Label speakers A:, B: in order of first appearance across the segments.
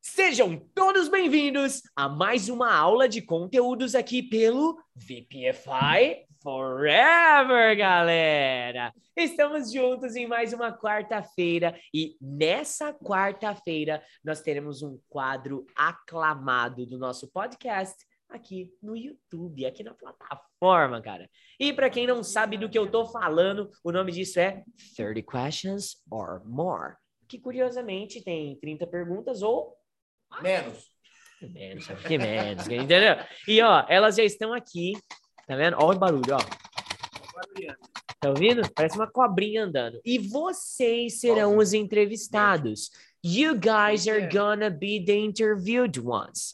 A: Sejam todos bem-vindos a mais uma aula de conteúdos aqui pelo VPFI Forever, galera! Estamos juntos em mais uma quarta-feira e nessa quarta-feira nós teremos um quadro aclamado do nosso podcast aqui no YouTube, aqui na plataforma, cara. E para quem não sabe do que eu tô falando, o nome disso é 30 Questions or More, que né? curiosamente tem 30 perguntas ou
B: Menos.
A: Menos, sabe que menos, entendeu? E ó, elas já estão aqui, tá vendo? Olha o barulho, ó. Tá ouvindo? Parece uma cobrinha andando. E vocês serão os entrevistados. You guys are gonna be the interviewed ones.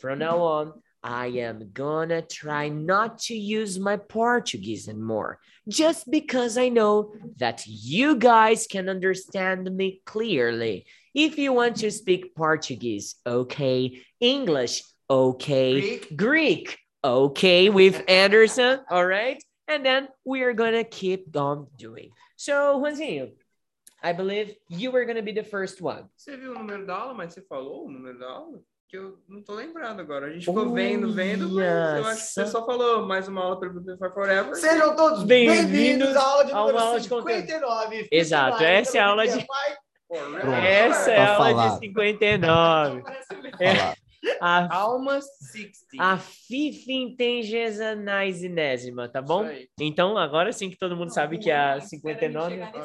A: From now on, I am gonna try not to use my Portuguese anymore, just because I know that you guys can understand me clearly. If you want to speak Portuguese, okay, English, okay,
B: Greek.
A: Greek, okay, with Anderson, all right? And then we are gonna keep on doing. So, Juanzinho, I believe you were gonna be the first one.
C: Você viu o número da aula, mas você falou o número da aula? Que eu não tô lembrado agora. A gente ficou vendo, vendo, mas eu acho que
A: Olha
C: você só falou mais uma aula para o Before Forever.
B: Sejam todos
A: Bem-vindos
B: bem-vindos à aula de
A: a uma
B: número
A: aula de conteúdo.
B: 59.
A: Exato,
B: Finalizando
A: essa é a aula de-
B: o Pai Forever.
A: Essa é a
D: Tá
A: aula
D: falado.
A: de 59.
D: Falar.
A: A,
C: Alma 60.
A: a Fifi tem gesanaisinésima, tá bom?
C: Isso aí.
A: Então, agora sim que todo mundo sabe que é a 59.
C: Ok.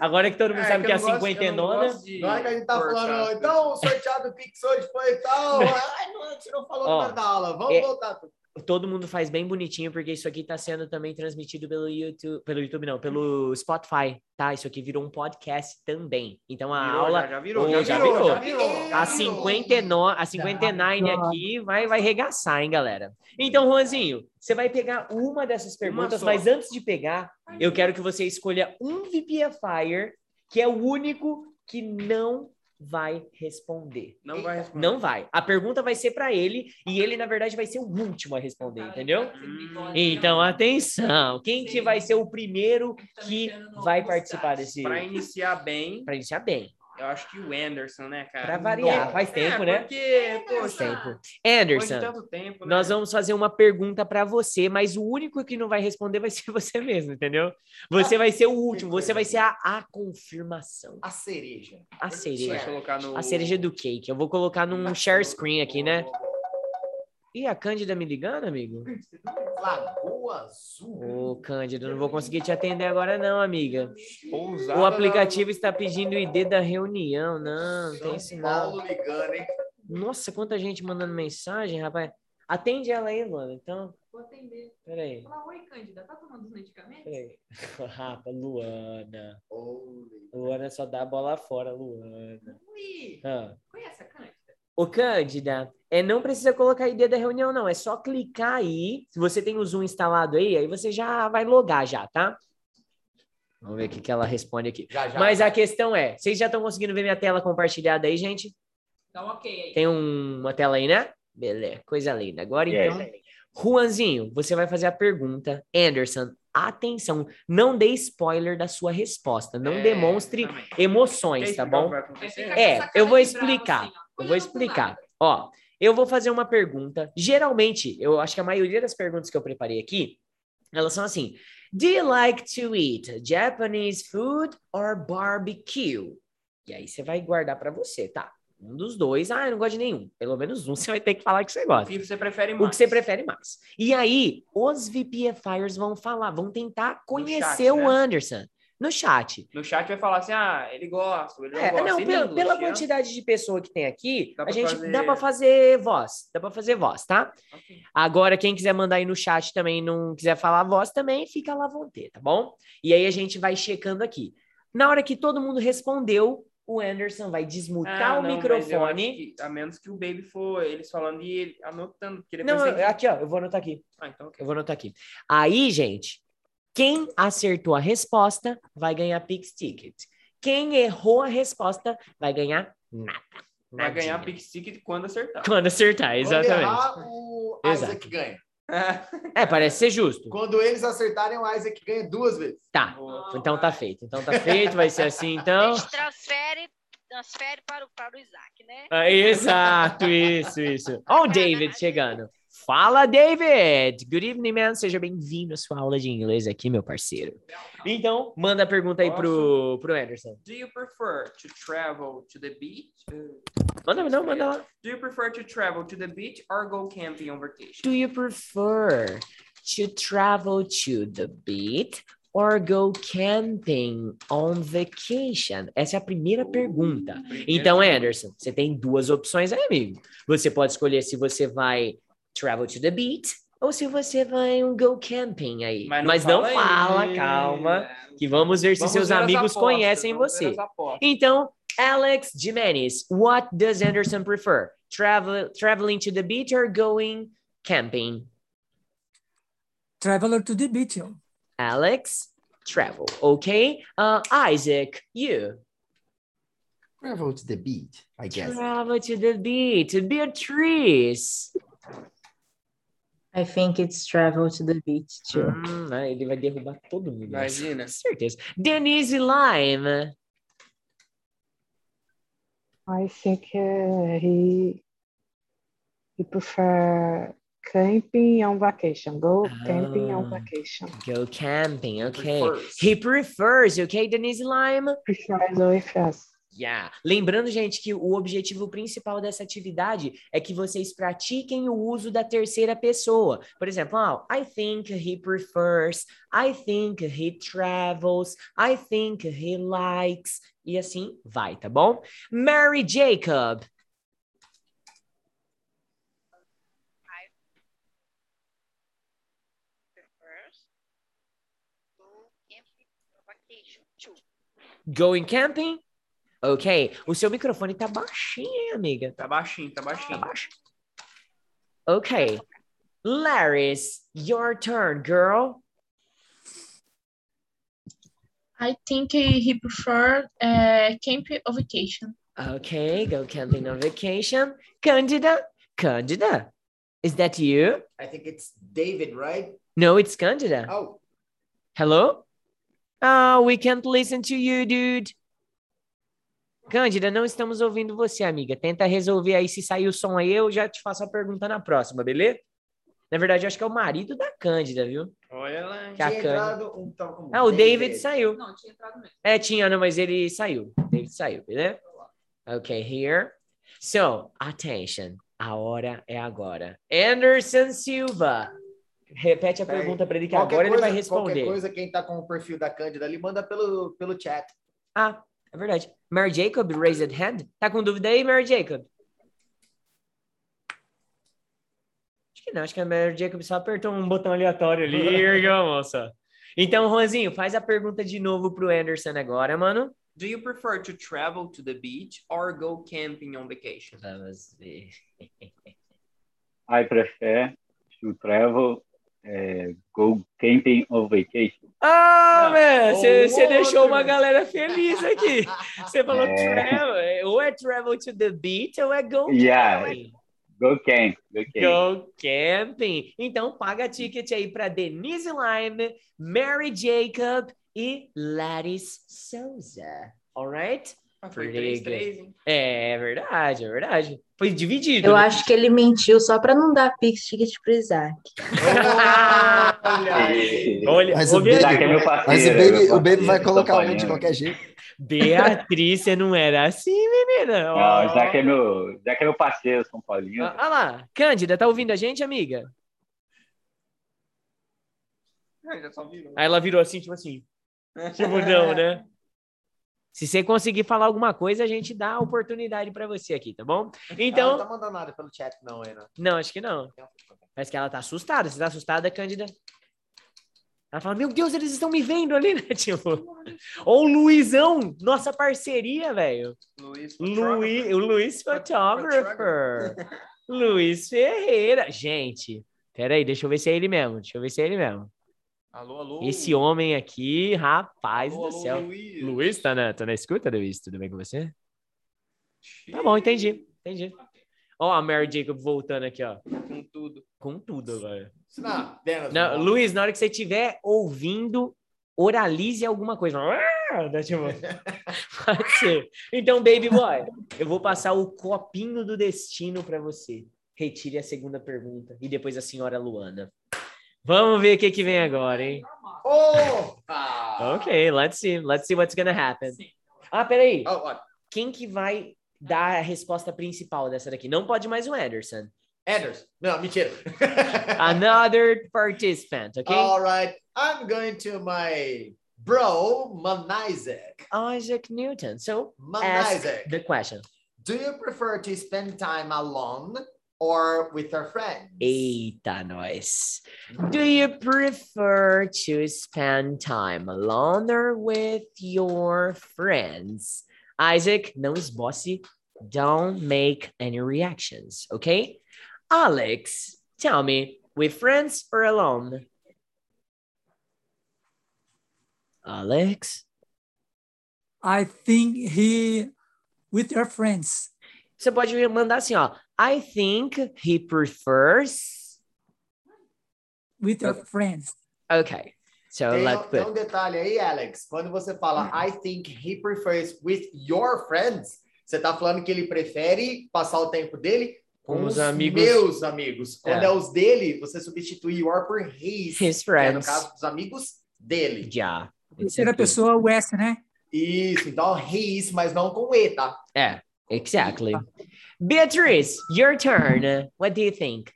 A: Agora que todo mundo
C: É,
A: sabe que é a
C: eu não gosto- eu não
A: 59.
C: gosto de
B: Na hora que a gente tá falando,
C: forecast.
B: então o sorteado do Pix hoje foi e tal. Ai, não, a gente não falou
A: Ó,
B: nada da aula. Vamos
A: é-
B: voltar. tudo.
A: todo mundo faz bem bonitinho, porque isso aqui tá sendo também transmitido pelo YouTube, pelo YouTube não, pelo Spotify, tá? Isso aqui virou um podcast também. Então a
C: Virou,
A: aula,
C: já, já virou,
A: Ô, já
C: já virou,
A: virou.
C: já virou.
A: a
B: já virou.
A: 59, a 59 aqui vai vai arregaçar, hein, galera? Então, Juanzinho, você vai pegar um uma dessas perguntas,
C: só.
A: mas antes de pegar, eu quero que você escolha um VPFire que é o único que não vai responder.
C: Não vai responder.
A: Não vai. A pergunta vai ser pra ele e ele na verdade vai ser o último a responder, entendeu?
C: Hum.
A: Então, atenção, quem que vai ser o primeiro
C: tá
A: que vai participar desse
C: Pra iniciar bem,
A: para iniciar bem,
C: eu acho que o Anderson, né, cara?
A: para variar, faz tempo,
C: é,
A: né?
C: Porque,
A: Faz
C: poxa,
A: tempo.
C: depois de
A: Anderson,
C: tanto tempo, né?
A: nós vamos fazer uma pergunta para você, mas o único que não vai responder vai ser você mesmo, entendeu?
C: Tá.
A: Você vai ser o último, você vai ser a, a confirmação,
B: A cereja.
A: a
C: Vai
A: cereja,
C: colocar no...
A: a cereja do cake. Eu vou colocar num share screen aqui, né? Ih, a Cândida me ligando, amigo?
B: Lagoa Azul.
A: Ô, Cândido, não vou conseguir te atender agora não, amiga.
C: Pousada
A: O
C: da-
A: aplicativo está pedindo o ID da reunião. Não, não tem isso
B: São
A: não.
B: Paulo ligando, hein?
A: Nossa, quanta gente mandando mensagem, rapaz. Atende ela aí, Luana. Então,
E: Vou atender.
A: peraí,
E: Falar, oi, Cândida, tá tomando os medicamentos?
A: peraí. Rapaz, É. Luana.
B: Holy-
A: Luana só dá a bola fora, Luana.
E: Ui,
A: Ah.
E: conhece a Cândida?
A: Ô, Cândida, é, não precisa colocar ID da reunião, não. É só clicar aí. Se você tem o Zoom instalado aí, aí você já vai logar já, tá? Vamos ver o que, que ela responde aqui.
B: né? Já, já.
A: Mas a questão é, vocês já estão conseguindo ver minha tela compartilhada aí, gente?
E: Dá um ok aí.
A: Tem um- uma tela aí, né? Beleza, coisa linda. Agora
C: É
A: então, Juanzinho, você vai fazer a pergunta. Anderson, atenção, não dê spoiler da sua resposta, não
C: É,
A: demonstre
C: exatamente.
A: emoções,
C: Quer
A: tá
C: explicar o que
A: bom?
C: vai acontecer?
E: fica com
A: É,
E: essa cara
A: eu vou
E: de bravo,
A: explicar.
E: assim, ó.
A: Eu
E: Olhando
A: vou
E: pro
A: explicar.
E: lado.
A: Ó, eu vou fazer uma pergunta. Geralmente, eu acho que a maioria das perguntas que eu preparei aqui, elas são assim: Do you like to eat Japanese food or barbecue? E aí você vai guardar pra você, tá? Um dos dois, ah, eu não gosto de nenhum. Pelo menos um você vai ter que falar que você
C: O
A: gosta.
C: que você prefere mais?
A: O que você prefere mais. E aí, os VPFires vão falar, vão tentar conhecer
C: chat,
A: o
C: né?
A: Anderson no chat.
C: No chat vai falar assim, ah, ele gosta, ele não
A: É,
C: gosta.
A: não,
C: Em
A: pela,
C: inglês,
A: pela
C: né?
A: quantidade de pessoa que tem aqui,
C: Dá
A: a
C: pra
A: gente
C: fazer-
A: dá pra fazer voz. Dá pra fazer voz, tá?
C: Ok.
A: Agora, quem quiser mandar aí no chat também, não quiser falar voz também, fica lá à vontade, tá bom? E aí a gente vai checando aqui. Na hora que todo mundo respondeu, o Anderson vai desmutar
C: Ah,
A: o
C: não, mas eu acho
A: microfone.
C: que- a menos que o Baby for eles falando e ele anotando. Porque depois
A: Não,
C: tem que-
A: aqui, ó, eu vou anotar aqui.
C: Ah, então ok.
A: Eu vou anotar aqui. Aí, gente, quem acertou a resposta vai ganhar Pix Ticket. Quem errou a resposta vai ganhar nada.
C: Vai
A: Nadinha.
C: É ganhar Pix Ticket quando acertar.
A: Quando acertar,
B: Quando
A: exatamente.
B: errar, o Isaac
A: Exato.
B: ganha.
C: ah.
A: É, parece ser justo.
B: Quando eles acertarem, o Isaac ganha duas vezes.
A: Tá.
C: Boa.
A: Então tá feito. Então tá feito, vai ser assim então.
F: Eles transferem
D: transfere para o, para o Isaac, né?
A: Ah, Exato, isso, isso. Ó, o David chegando. Fala, David! Good evening, man. Seja bem-vindo à sua aula de inglês aqui, meu parceiro. Então, manda a pergunta aí pro, pro Anderson.
C: Do you prefer to travel to the beach? Uh,
A: Manda, não, manda lá.
C: Do you prefer to travel to the beach or go camping on vacation?
A: Do you prefer to travel to the beach or go camping on vacation? Essa é a primeira pergunta. Então, Anderson, você tem duas opções aí, amigo. Você pode escolher se você vai travel to the beach ou se você vai um go camping aí. Mas não, fala,
C: aí.
A: calma,
C: É.
A: que vamos ver se
C: Vamos
A: seus
C: ver as
A: amigos
C: apostas,
A: conhecem
C: vamos ver
A: você.
C: as apostas.
A: Então, Alex Jimenez, what does Anderson prefer? Travel, traveling to the beach or going camping?
F: Traveler to the beach. ó.
A: Alex, travel, okay? Uh, Isaac, you
B: Travel to the beach, I guess.
A: travel to the beach, Beatriz.
G: I think it's travel to the beach too.
A: Hum, né, ele vai derrubar todo mundo. né?
C: Imagina.
A: Certeza. Denise Lime,
H: I think uh, he he prefer camping on vacation. Go camping
A: Ah.
H: on vacation.
A: go camping, okay?
C: Prefers.
A: He prefers, okay, Denise Lime?
H: Prefers ou faz.
A: Yeah. Lembrando, gente, que o objetivo principal dessa atividade é que vocês pratiquem o uso da terceira pessoa. Por exemplo, ah, I think he prefers, I think he travels, I think he likes, e assim vai, tá bom? Mary Jacob.
D: Prefers go camping on vacation too.
A: Going camping? Ok. O seu microfone tá baixinho, hein, amiga?
C: Tá baixinho, tá
A: Tá
C: baixinho.
A: baixo? Ok. Laris, your turn, girl.
I: I think he preferred uh, camp or vacation.
A: Okay, go camping on vacation. Candida, Candida, is that you?
B: I think it's David, right?
A: No, it's Candida.
B: Oh,
A: Hello? Ah, we can't listen to you, dude. Cândida, não estamos ouvindo você, amiga. Tenta resolver aí. Se sair o som aí, eu já te faço a pergunta na próxima, beleza? Na verdade, eu acho que é o marido da Cândida, viu?
C: Olha lá. hein?
A: Que a
B: tinha
A: Cândida-
B: entrado um tava com
A: Ah, o David saiu.
E: Não, tinha entrado mesmo.
A: É, tinha, não, mas ele saiu. Ele saiu, beleza? Ok, here. So, attention. A hora é agora. Anderson Silva. Repete a
B: Peraí.
A: pergunta para ele que
B: Qualquer
A: agora ele
B: coisa-
A: vai responder.
B: Qualquer coisa, quem tá com o perfil da Cândida ali, manda pelo, pelo chat.
A: Ah, é verdade. Mary Jacob, raised hand. Tá com dúvida aí, Mary Jacob? Acho que não, acho que a Mary Jacob só apertou um botão aleatório ali e ergueu a moça. Então, Juanzinho, faz a pergunta de novo pro Anderson agora, mano.
C: Do you prefer to travel to the beach or go camping on vacation?
A: Vamos ver.
J: I prefer to travel, eh, go camping or vacation.
A: Ah, velho,
C: ou
A: você deixou
C: é outro,
A: uma
C: né?
A: galera feliz aqui. Você falou
J: É.
A: travel, é, ou é travel to the beach ou é go
J: Yeah.
A: camping.
J: Go camp, go camp.
A: Go camping. Então paga ticket aí para Denise Lime, Mary Jacob e Laris Souza. Alright?
C: Ah, foi três,
A: Briga.
C: três, hein?
A: É verdade, é verdade. Foi dividido.
G: Eu
A: né?
G: acho que ele mentiu só pra não dar pix ticket pro Isaac.
C: Olha aí.
A: Olha,
B: Mas
A: ô,
B: o
A: Bia-
J: Isaac é meu parceiro.
B: Mas o
J: é meu
B: Baby, o Baby
J: parceiro,
B: vai colocar um
J: companheiro.
B: de qualquer jeito.
A: Beatriz, você não era assim, menina.
J: Não,
A: Ó.
J: o Isaac é meu, Isaac é meu parceiro, São
C: é
J: Paulinho.
A: Ah, ah lá, Cândida, tá ouvindo a gente, amiga?
C: Ah, já só virou.
A: Aí ela virou assim, tipo assim, tipo não, né? Se você conseguir falar alguma coisa, a gente dá a oportunidade pra você aqui, tá bom?
B: Ela
A: Então,
B: Ah, não tá mandando nada pelo chat, não, Ana.
A: não, acho que não. Parece que ela tá assustada. Você tá assustada, Cândida? Ela fala, meu Deus, eles estão me vendo ali, né? Tipo, ou o Luizão, nossa parceria, velho.
C: Luiz.
A: Luiz, o Luiz Photographer. Luiz Ferreira. Gente, peraí, deixa eu ver se é ele mesmo. Deixa eu ver se é ele mesmo.
C: Alô, alô.
A: Esse homem aqui, rapaz
C: Alô,
A: do
C: alô,
A: céu.
C: Luiz.
A: Luiz, tá na, tá na escuta, Luiz? Tudo bem com você?
C: Xiii,
A: Tá bom, entendi. Entendi. Ó, a Mary Jacob voltando aqui, ó.
C: Com tudo.
A: Com tudo agora.
B: Não, Denas,
A: Não,
B: não.
A: Luiz, na hora que você estiver ouvindo, oralize alguma coisa. Ah, girl, né? Tipo, pode ser. Então, baby boy, eu vou passar o copinho do destino para você. Retire a segunda pergunta e depois a senhora Luana. Vamos ver o que que vem agora, hein?
B: Opa!
A: Ok, let's see. Let's see what's gonna happen.
E: Sim.
A: Ah, peraí.
C: Oh, ó,
A: Quem que vai dar a resposta principal dessa daqui? Não pode mais o Anderson.
B: Anderson. Não, mentira.
A: Another participant, ok?
B: All right. I'm going to my bro, Manizek.
A: Isaac Newton. So, ask
B: Manizek.
A: the question.
B: Do you prefer to spend time alone or with your friends?
A: Eita, nós. Do you prefer to spend time alone or with your friends? Isaac, não esboce. Don't make any reactions, okay? Alex, tell me, with friends or alone? Alex?
F: I think he with your friends.
A: Você pode me mandar assim, ó. I think he prefers.
F: With your friends.
A: Okay. So
B: Tem,
A: let's
B: um- tem
A: put.
B: um detalhe aí, Alex. Quando você fala I think he prefers with your friends, você tá falando que ele prefere passar o tempo dele com, os, amigos. meus amigos. Quando
A: É.
B: é os dele, você substitui your por his.
A: His
B: que é no
A: friends.
B: caso dos amigos dele.
A: Yeah.
F: Terceira pessoa, o S, né?
B: Isso, então his, mas não com e, tá?
A: É, exactly. Beatrice, your turn. What do you think?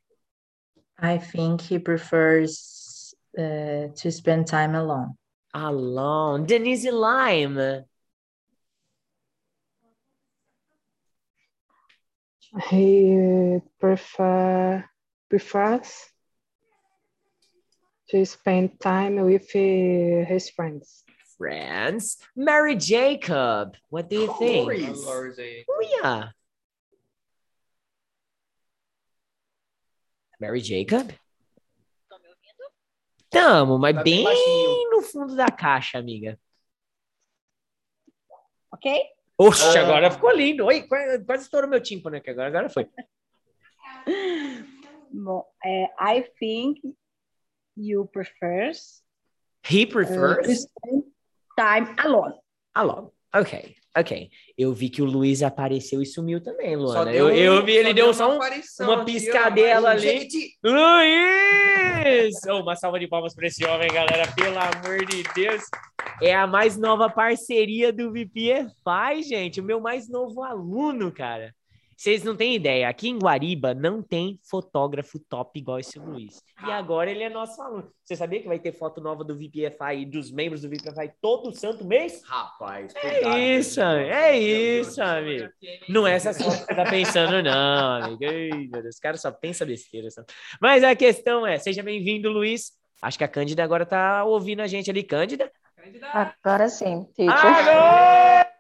G: I think he prefers uh, to spend time alone.
A: Alone. Denise Lime.
H: He eh, prefer prefers to spend time with eh, his friends.
A: France. Mary Jacob. What do you think?
B: Glory.
C: a Loris aí.
A: Oh, yeah. Mary Jacob?
D: Estão me ouvindo?
A: Tamo, mas
C: Tá bem
A: bem
C: baixinho.
A: no fundo da caixa, amiga.
D: Ok?
A: Oxe,
B: Ah.
A: agora ficou lindo. Oi, quase, quase estourou meu tímpano aqui agora. Agora foi.
K: Bom, é, I think you prefers
A: He
K: uh, to
A: prefers.
K: spend time alone.
A: Alô, ok, ok. Eu vi que o Luiz apareceu e sumiu também,
C: Só
A: Luana.
C: deu
A: Eu,
C: um-
A: eu vi, ele
C: só
A: deu só
C: uma
A: um.
C: aparição
A: uma
C: aqui, ó,
A: piscadela
C: mas-
A: ali.
B: Gente,
A: Luiz! Oh, uma salva de palmas pra esse homem, galera, pelo amor de Deus. É a mais nova parceria do VPFI, gente. O meu mais novo aluno, cara. Vocês não têm ideia, aqui em Guariba não tem fotógrafo top igual esse Luiz. E agora ele é nosso aluno. Você sabia que vai ter foto nova do VPFI e dos membros do VPFI todo santo mês?
B: Rapaz, cuidado.
A: É isso, amigo. É isso, amigo. Não é essas fotos que você tá pensando, não, amigo. Ei, meu Deus, os caras só pensam besteira. só. Mas a questão é, seja bem-vindo, Luiz. Acho que a Cândida agora tá ouvindo a gente ali. Cândida?
E: Candidata.
K: Agora sim,
A: Ah, Alô!
C: É.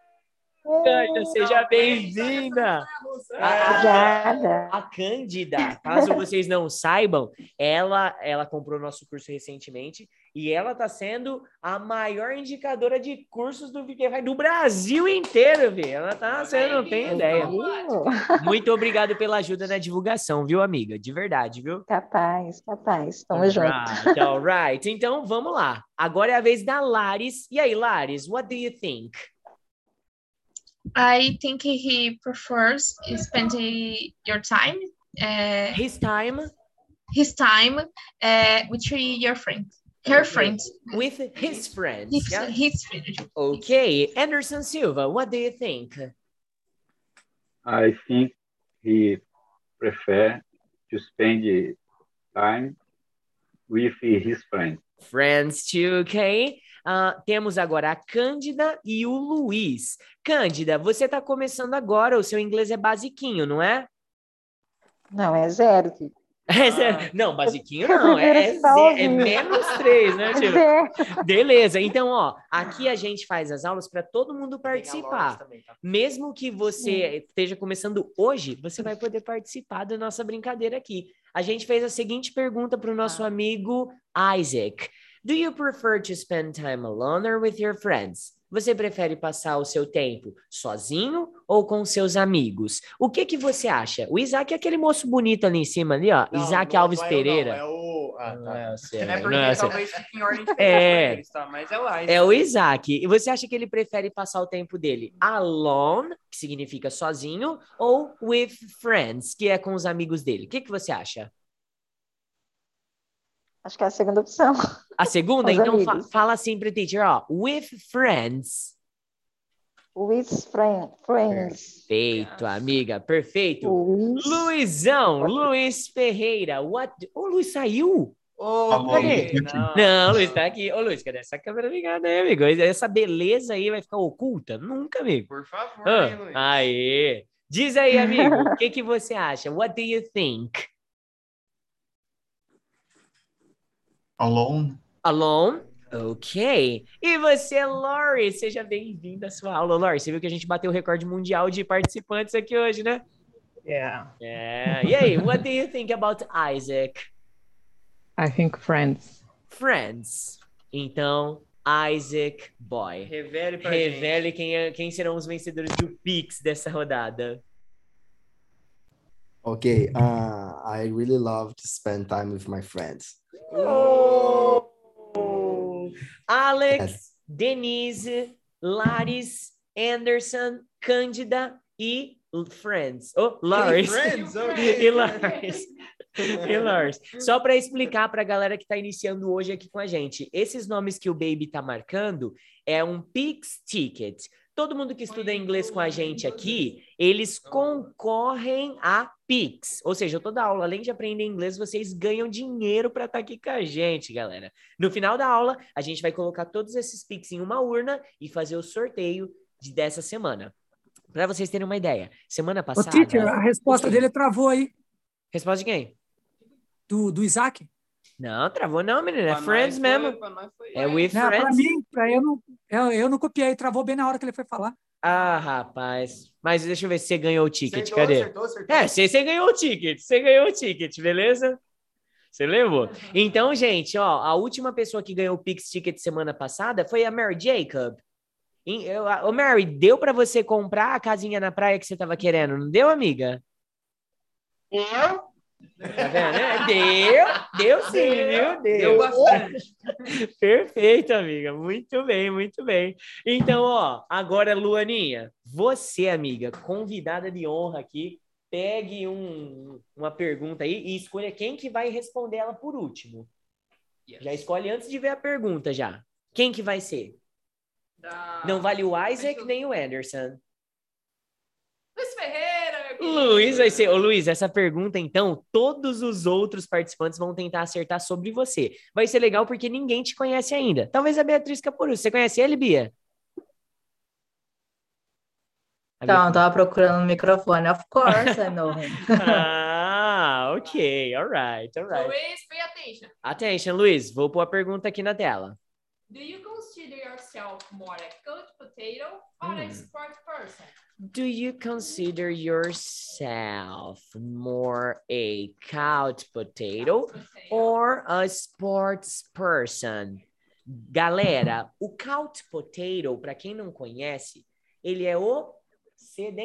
A: Cândida, seja bem-vinda!
I: É.
K: Obrigada.
A: A Cândida, caso vocês não saibam, ela, ela comprou nosso curso recentemente e ela é está sendo a maior indicadora de cursos do VPFI do Brasil inteiro, velho. Ela tá,
I: é
A: você não tem
C: É.
A: ideia. Muito obrigado pela ajuda na divulgação, viu, amiga? De verdade, viu?
K: Capaz, capaz. Tamo
A: Alright, alright. Então, vamos lá. Agora é a vez da Laris. E aí, Laris, what do you think?
I: I think he prefers spending your time, uh,
A: His time
I: his time, uh, with your friend, her friend,
A: with his
I: his,
A: friends. yeah?
I: his friend.
A: Ok. Anderson Silva, what do you think?
J: I think he prefer to spend time with his friends.
A: Friends too, ok? Ah, temos agora a Cândida e o Luiz. Cândida, você está começando agora, o seu inglês é basiquinho, não é?
K: Não, é zero.
A: É zero.
C: Ah.
A: Não, basiquinho
K: Foi a
A: não.
K: primeira
A: É,
K: que tá
A: ze- é
K: ouvindo.
A: menos três, né, Tiro?
K: zero.
A: Beleza. Então, ó, aqui a gente faz as aulas para todo mundo
B: Tem a Loris
A: participar.
B: também, tá?
A: Mesmo que você esteja começando hoje, você vai poder participar da nossa brincadeira aqui. A gente fez a seguinte pergunta para o nosso
B: Ah.
A: amigo Isaac: Do you prefer to spend time alone or with your friends? Você prefere passar o seu tempo sozinho ou com seus amigos? O que que você acha? O Isaac é aquele moço bonito ali em cima, ali, ó.
B: Não,
A: Isaac
B: não,
A: Alves
B: não é eu,
A: Pereira.
B: Não, é o... Ah,
A: Não
B: tá.
A: é o seu,
C: É
A: não
C: porque
A: é o seu.
C: talvez fique em ordem de
A: É.
C: preferência, tá? Mas é lá.
A: É o Isaac. E você acha que ele prefere passar o tempo dele alone, que significa sozinho, ou with friends, que é com os amigos dele? O que, que você acha?
L: Acho que é a segunda opção.
A: A segunda,
L: Os
A: então, fa-
L: amigos.
A: fala assim pro teacher, ó. With friends.
L: With friend, friends.
A: Perfeito, amiga, perfeito. Luizão, Luiz Ferreira. What? Ô, Luiz saiu?
C: Ô,
A: Cadê?
C: Luiz,
A: não.
C: não.
A: Luiz tá aqui. Ô, Luiz, cadê essa câmera ligada aí, amigo? Essa beleza aí vai ficar oculta? Nunca, amigo.
C: Por favor,
A: Ah,
C: hein, Luiz?
A: aê. Diz aí, amigo, o que, que você acha? What do you think?
M: Alone?
A: Alone? Ok. E você, Lori? Seja bem-vinda à sua aula, Lori. Você viu que a gente bateu o recorde mundial de participantes aqui hoje, né?
N: Yeah.
A: É. E aí, what do you think about Isaac?
N: I think friends.
A: Friends. Então, Isaac Boy.
C: Revele pra
A: Revele quem, é- quem serão os vencedores do Pix dessa rodada.
O: Okay, uh, I really love to spend time with my friends.
A: Oh! Alex, Denise, Laris, Anderson, Cândida e Friends. Oh, Lars.
C: Friends, ok.
A: e Lars. e Lars. Só para explicar para a galera que está iniciando hoje aqui com a gente, esses nomes que o Baby está marcando é um Pix Ticket. Todo mundo que estuda inglês com a gente aqui, eles concorrem a Pix. Ou seja, toda aula, além de aprender inglês, vocês ganham dinheiro para estar aqui com a gente, galera. No final da aula, a gente vai colocar todos esses Pix em uma urna e fazer o sorteio de- dessa semana. Para vocês terem uma ideia, semana
F: Ô,
A: passada.
F: teacher, a resposta dele travou aí.
A: Resposta de quem?
F: Do, do Isaac?
A: Não, travou não, menina. É
F: Pra
A: Friends
F: nós foi-
A: mesmo. É with
F: Não, Né, pra
A: Friends.
F: mim, pra eu não, eu, eu não copiei, travou bem na hora que ele foi falar.
A: Ah, rapaz. Mas deixa eu ver se você ganhou o ticket.
F: Acertou,
A: Cadê?
F: acertou, acertou.
A: É, você, você ganhou o ticket. Você ganhou o ticket, beleza? Você
F: Uhum.
A: levou? Então, gente, ó, a última pessoa que ganhou o Pix Ticket semana passada foi a Mary Jacob. Em- eu- a- Ô, Mary, deu pra você comprar a casinha na praia que você tava querendo, não deu, amiga?
L: Eu?
A: Tá vendo? né? Deu, deu sim, viu?
C: Deu bastante.
A: Perfeito, amiga. Muito bem, muito bem. Então, ó, agora, Luaninha, você, amiga, convidada de honra aqui, pegue um, uma pergunta aí e escolha quem que vai responder ela por último. Já escolhe antes de ver a pergunta já. Quem que vai ser? Não vale o Isaac nem o Anderson.
E: Luiz Ferreira, meu querido.
A: Luiz vai ser. Ô, Luiz, essa pergunta, então, todos os outros participantes vão tentar acertar sobre você. Vai ser legal porque ninguém te conhece ainda. Talvez a Beatriz Capuru. Você conhece ele, Bia?
G: Então, eu tava procurando o microfone. Of course, I know him.
A: Ah, ok. Alright, alright.
E: Luiz, pay attention.
A: Attention, Luiz. Vou pôr a pergunta aqui na tela.
E: Do you consider yourself more a cold potato or
A: Hmm.
E: a sport person?
A: Do you consider yourself more a couch potato or a sports person? Galera, o couch potato, para quem não conhece, ele é o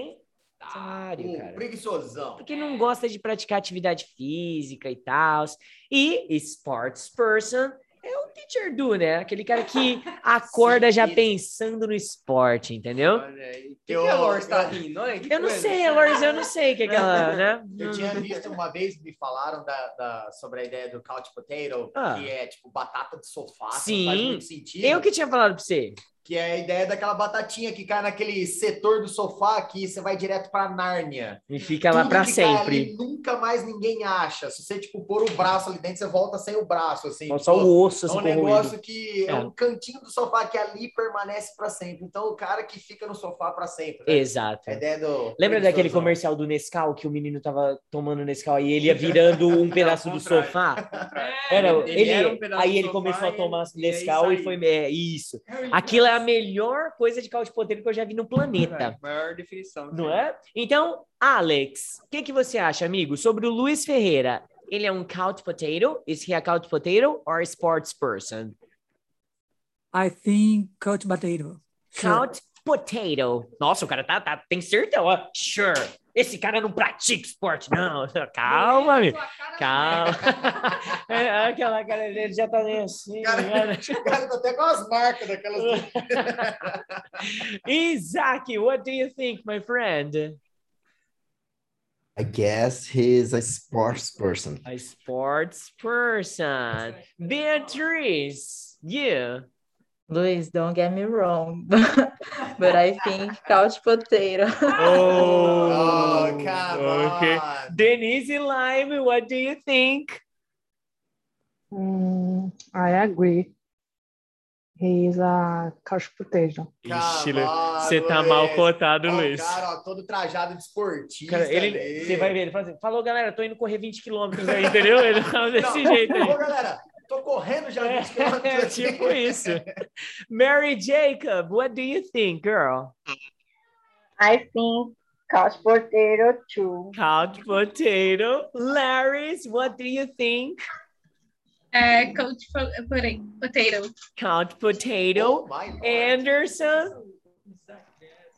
A: sedentário, cara.
B: Um Preguiçosão.
A: Porque não gosta de praticar atividade física e tal. E sports person é o teacher do, né? Aquele cara que acorda já pensando no esporte, entendeu?
C: Olha aí.
A: que
B: Eu-
A: a Lores tá
B: eu-
A: rindo, olha que Eu não coisa. sei, Lores, eu não sei o que é que ela, né?
B: Eu tinha visto uma vez, me falaram da, da- sobre a ideia do couch potato,
A: Ah.
B: que é tipo batata de sofá, que não faz
A: Sim.
B: muito sentido.
A: Eu que tinha falado pra você.
B: Que é a ideia daquela batatinha que cai naquele setor do sofá que você vai direto pra Nárnia.
A: E fica é lá
B: Tudo
A: pra
B: que cai
A: sempre.
B: ali, nunca mais ninguém acha. Se você, tipo, pôr o braço ali dentro, você volta sem o braço, assim.
A: Só o osso,
B: É
A: assim,
B: um
A: corroído.
B: negócio que é,
A: É.
B: um cantinho do sofá que ali permanece pra sempre. Então, o cara que fica no sofá pra sempre. né?
A: Exato.
B: A ideia do...
A: É. Lembra daquele comercial do Nescau que o menino tava tomando Nescau e ele ia virando um pedaço do sofá? Era,
C: ele-
A: ele,
C: ele era um pedaço
A: aí
C: do
A: ele
C: sofá
A: começou a
C: e-
A: tomar
C: e aí
A: Nescau e
C: saiu.
A: foi é, isso. Aquilo é a melhor coisa de couch potato que eu já vi no planeta.
C: Maior definição.
A: Não é? Então, Alex, o que, que você acha, amigo, sobre o Luiz Ferreira? Ele é um couch potato? Is he a couch potato or a sports person?
F: I think couch potato.
A: count potato. Nossa, o cara tá, tá tem certeza. ó. Sure. Esse cara não pratica esporte, não. Calma, amigo. Calma. É, Aquela cara ele já tá nem assim.
B: Cara, o cara tá até com as marcas daquelas.
A: Isaac, what do you think, my friend?
O: I guess he's a sports person.
A: A sports person. Beatriz, you.
G: Luis, don't get me wrong, but, but I think tipo, couch potato.
A: Oh,
B: Oh, come on.
A: Denise Lime, what do you think?
H: Mm, I agree. He is a couch potato.
A: Ixi,
B: Come
A: Lu-
B: on,
A: você tá
B: Luiz.
A: mal cotado,
B: é Ó, o
A: Luiz.
B: Cara, ó, todo trajado de esportista.
A: Cara, ele,
B: ali.
A: você vai ver, ele fala assim, falou galera, tô indo correr 20 quilômetros aí, entendeu? Ele fala desse
B: Não,
A: jeito
B: Ô,
A: aí.
B: galera, tô correndo já.
A: É,
B: 20 quilômetros
A: é
B: aqui.
A: tipo isso. Mary Jacob, what do you think, girl?
K: I think couch potato too.
A: Couch potato. Larry's, what do you think?
I: É, couch uh, po- porém, potato.
A: Couch
B: Oh,
A: potato. Anderson,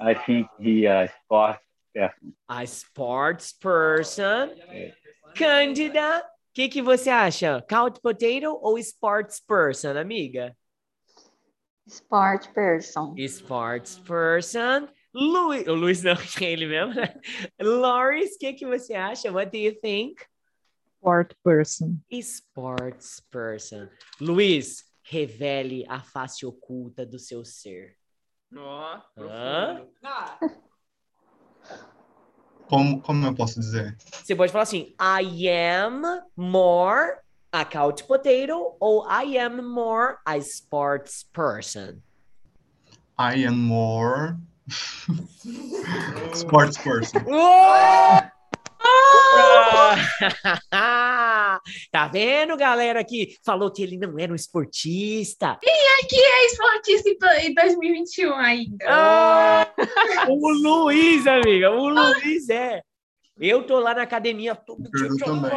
J: I think he a sports person.
A: a sports person. Cândida, o que, que você acha? Couch potato ou sports person, amiga?
L: Sport person.
A: Sports person. Luiz, o Luiz não, é ele mesmo, né? Loris, o que, que você acha? What do you think?
N: Sport person.
A: Sports person. Luiz, revele a face oculta do seu ser.
C: Ó,
A: Hã?
M: Como, como eu posso dizer?
A: Você pode falar assim, I am more a couch potato ou I am more a sports person.
M: I am more sports person.
A: tá vendo, galera, que falou que ele não era um esportista.
I: Quem aqui é esportista em do- em e 2021 ainda?
A: Ah, O Luiz, amiga, o Luiz é. Eu tô lá na academia, tô
M: Eu também.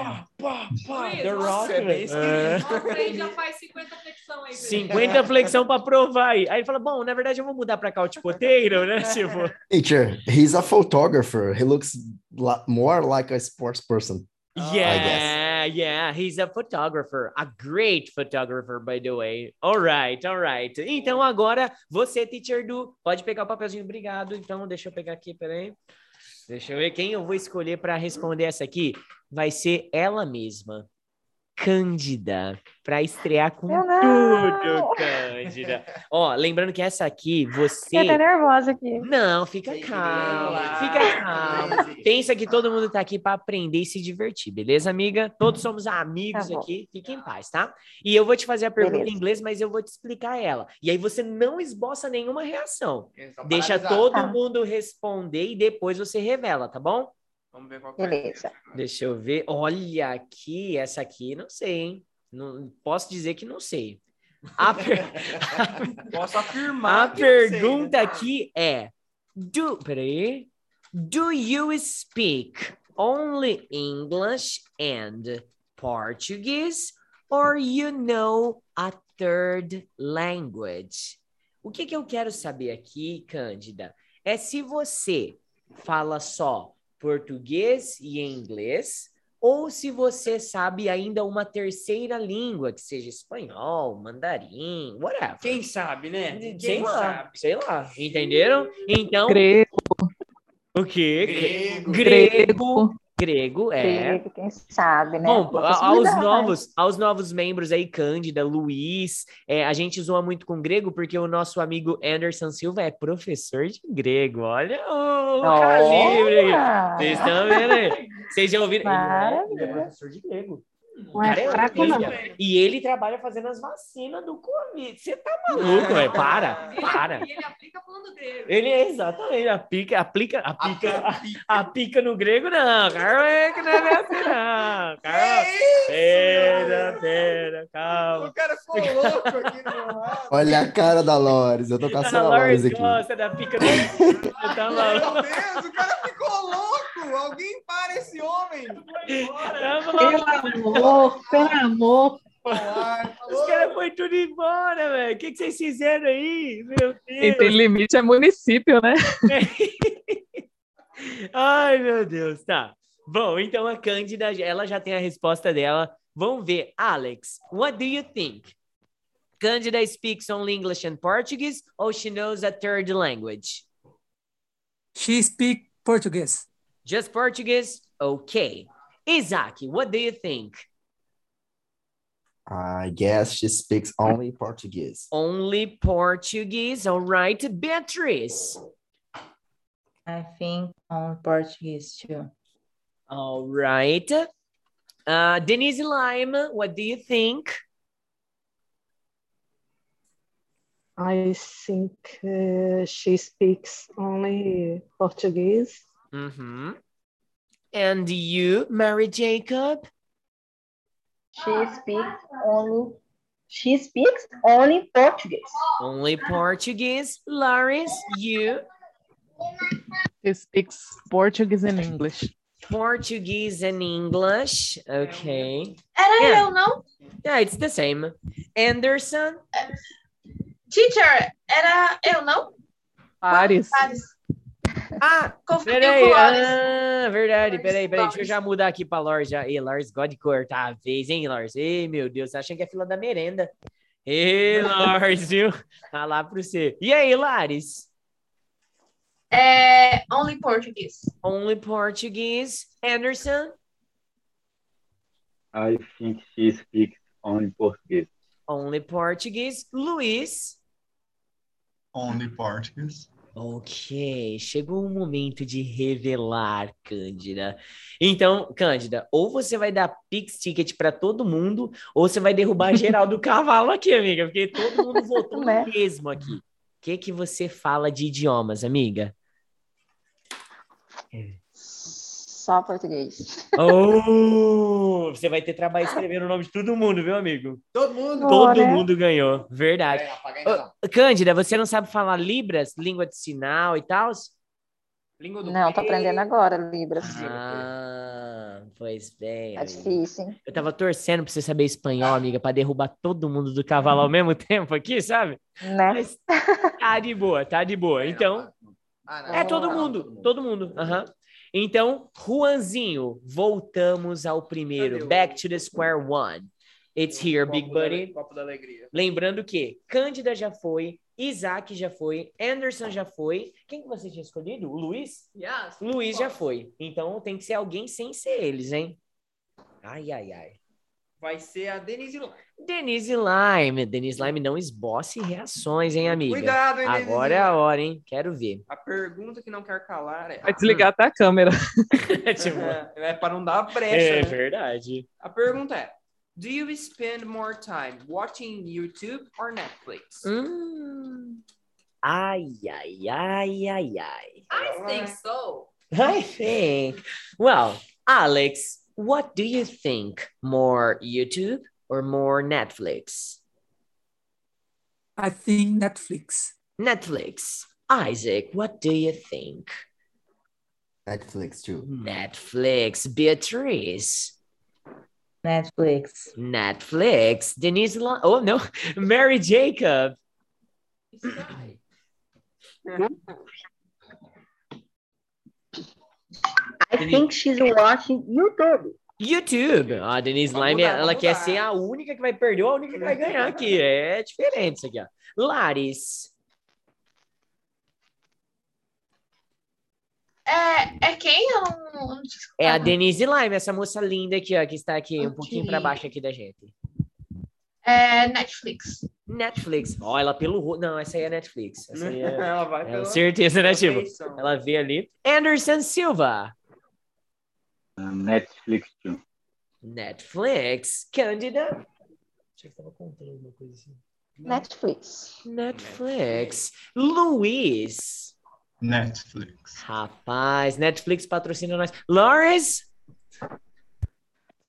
A: The Rock,
C: é bem
A: velho.
C: esquisito.
A: É.
E: Mostra aí, já faz 50 flexão aí. É. Pedro.
A: 50 flexão pra provar aí. Aí ele fala, bom, na verdade eu vou mudar pra couch potato, né? Tipo,
O: Teacher, he's a photographer. He looks la- more like a sports person.
A: yeah, yeah, he's a photographer, a great photographer, by the way. All right, all right. Então agora você, teacher do, pode pegar o papelzinho, obrigado. Então deixa eu pegar aqui, peraí. Deixa eu ver quem eu vou escolher para responder essa aqui. Vai ser ela mesma, Cândida, para estrear com
K: Eu não.
A: tudo, Cândida. Ó, lembrando que essa aqui, você
K: Eu tô nervosa aqui.
A: Não, fica calma. Fica calma. Pensa que todo mundo tá aqui para aprender e se divertir, beleza, amiga? Todos somos amigos
K: Tá bom.
A: aqui. Fique em paz, tá? E eu vou te fazer a pergunta
K: Beleza.
A: em inglês, mas eu vou te explicar ela. E aí você não esboça nenhuma reação.
C: Exato.
A: Deixa
B: paralisado.
A: todo
B: Tá.
A: mundo responder e depois você revela, tá bom?
C: Vamos ver qual que é.
L: Beleza.
A: Deixa eu ver. Olha aqui, essa aqui, não sei, hein? Não, posso dizer que não sei. A per-
C: Posso afirmar.
A: A
C: que eu sei,
A: pergunta
C: né?
A: aqui é: do, peraí. Do you speak only English and Portuguese or you know a third language? O que, que eu quero saber aqui, Cândida, é se você fala só português e inglês ou se você sabe ainda uma terceira língua, que seja espanhol, mandarim, whatever.
C: Quem sabe, né?
A: Sei
C: Quem
A: lá,
C: sabe?
A: sei lá. Entenderam? Então,
N: Grego.
A: o quê?
B: Grego.
A: Grego. Grego, é.
L: Grego, quem sabe, né?
A: Bom,
L: Uma
A: a- aos
L: possibilidade.
A: novos, aos novos membros aí, Cândida, Luiz, é, a gente zoa muito com grego porque o nosso amigo Anderson Silva é professor de grego. Olha o calibre aí.
L: Olha!
A: Vocês estão vendo aí? Vocês já ouviram? Ele é- Ele é
L: Maravilha.
A: professor de grego.
H: Não é
A: Cara, é
H: fraco,
A: horrível.
H: não.
A: E ele trabalha fazendo as vacinas do Covid. Você tá maluco, velho? Para,
E: E ele-
A: para.
E: E ele é aplica falando grego.
A: Ele é exatamente, aplica, aplica, aplica, a, pica no grego, não. Cara, é que não é bem assim, não. Cara, pera, pera, calma.
B: O cara ficou louco aqui no ar.
O: Olha a cara da Lores. Eu tô
A: A
O: caçando a Lores
A: Lawrence
O: aqui.
A: Tá gosta da pica no grego. Você tá
B: Meu
A: maluco?
B: Deus, o cara ficou louco! Alguém para esse homem!
A: Tá
H: Pelo
A: maluco?
H: amor, pelo amor.
A: Os caras foram tudo embora, velho. O que, que vocês fizeram aí? Meu Deus.
N: Quem tem limite é município, né?
A: Ai, meu Deus, tá. Bom, então a Cândida, ela já tem a resposta dela. Vamos ver. Alex, what do you think? Cândida speaks only English and Portuguese or she knows a third language?
F: She speak Portuguese.
A: Just Portuguese? Okay. Isaac, what do you think?
O: I guess she speaks only Portuguese.
A: Only Portuguese, all right. Beatriz.
G: I think on Portuguese too.
A: All right. Uh, Denise Lime, what do you think?
H: I think uh, she speaks only Portuguese.
A: Mm-hmm.
B: Uhum.
A: And you, Mary Jacob?
K: She speaks only she speaks only Portuguese.
A: Only Portuguese. Laris, you?
N: She speaks Portuguese and English.
A: Portuguese and English. Okay.
I: And I
A: Yeah.
I: don't know.
A: Yeah, it's the same. Anderson?
I: Teacher, era eu não?
N: Paris.
A: Ah,
I: confundiu com
A: Peraí,
I: o Lawrence.
A: ah, verdade, peraí, peraí. Deixa eu já mudar aqui pra Lars já. Ei, Lars, God de cortar a vez, hein, Lars? Ei, meu Deus, tá achando que é fila da merenda. Ei, Lars, viu? Tá lá pro você. E aí, Laris?
I: É, only Portuguese.
A: Only Portuguese. Anderson?
J: I think she speaks only Portuguese.
A: Only Portuguese. Luiz?
M: Only Portuguese.
A: Ok, chegou o momento de revelar, Cândida. Então, Cândida, ou você vai dar Pix Ticket pra todo mundo, ou você vai derrubar geral do cavalo aqui, amiga, porque todo mundo votou no mesmo aqui. O que, que você fala de idiomas, amiga?
L: Só português.
A: Oh, você vai ter trabalho escrevendo o nome de todo mundo, viu, amigo?
B: Todo mundo.
A: Todo
L: né?
B: Bora.
A: mundo ganhou, verdade.
B: É, apaga ainda não.
A: Ô, Cândida, você não sabe falar Libras, língua de sinal e tal? Língua do
L: Não, tô aprendendo agora, Libras.
A: Ah, pois bem.
L: Tá
A: amiga.
L: difícil, hein?
A: Eu tava torcendo pra você saber espanhol, amiga, pra derrubar todo mundo do cavalo ao mesmo tempo aqui, sabe?
L: Né?
A: Mas tá de boa, tá de boa. Então,
B: Ah, não.
A: é todo mundo, todo mundo. aham. Então, Juanzinho, voltamos ao primeiro. Back to the square one. It's here, Big
C: Copo da-
A: Buddy.
C: Copo da alegria.
A: Lembrando que Cândida já foi, Isaac já foi, Anderson já foi. Quem que você tinha escolhido? O Luiz?
E: Yes.
A: Luiz já foi. Então tem que ser alguém sem ser eles, hein? Ai, ai, ai.
C: Vai ser a Denise Lime.
A: Denise Lime. Denise Lime não esboce reações, hein, amiga?
C: Cuidado, hein, Denise
A: Agora é a hora, hein? Quero ver.
C: A pergunta que não quer calar é.
N: Vai desligar até a câmera.
A: Tipo,
C: É, é para não dar brecha.
A: é
C: né?
A: verdade.
C: A pergunta é: Do you spend more time watching YouTube or Netflix?
A: Hum. Ai, ai, ai, ai, ai.
E: I think so.
A: I think. Well, Alex, what do you think? More YouTube or more Netflix?
F: I think Netflix.
A: Netflix. Isaac, what do you think?
O: Netflix too.
A: Netflix. Beatrice.
G: Netflix.
A: Netflix. Denise. La- oh, no. Mary Jacob.
K: I think she's watching YouTube.
A: YouTube. Ah, Denise
C: Vamos
A: Lime,
C: mudar,
A: ela
C: vamos
A: quer
C: mudar.
A: ser a única que vai perder ou a única que vai ganhar aqui. É diferente isso aqui, ó. Laris.
I: É, é quem? Eu não, não
A: É
C: Ah.
A: a Denise Lime, essa moça linda aqui, ó, que está aqui um
I: Ok.
A: pouquinho para baixo aqui da gente.
I: É Netflix.
A: Netflix. Ó, ela pelo rosto. Não, essa aí é Netflix. Essa aí é...
C: Ela vai
A: é certeza, né, Chico?
C: feição.
A: Ela vê ali. Anderson Silva.
J: Netflix too.
A: Netflix. Cândida. Achei que tava contando uma coisa assim.
L: Netflix.
A: Netflix. Luiz.
M: Netflix.
A: Rapaz, Netflix patrocina nós. Lawrence.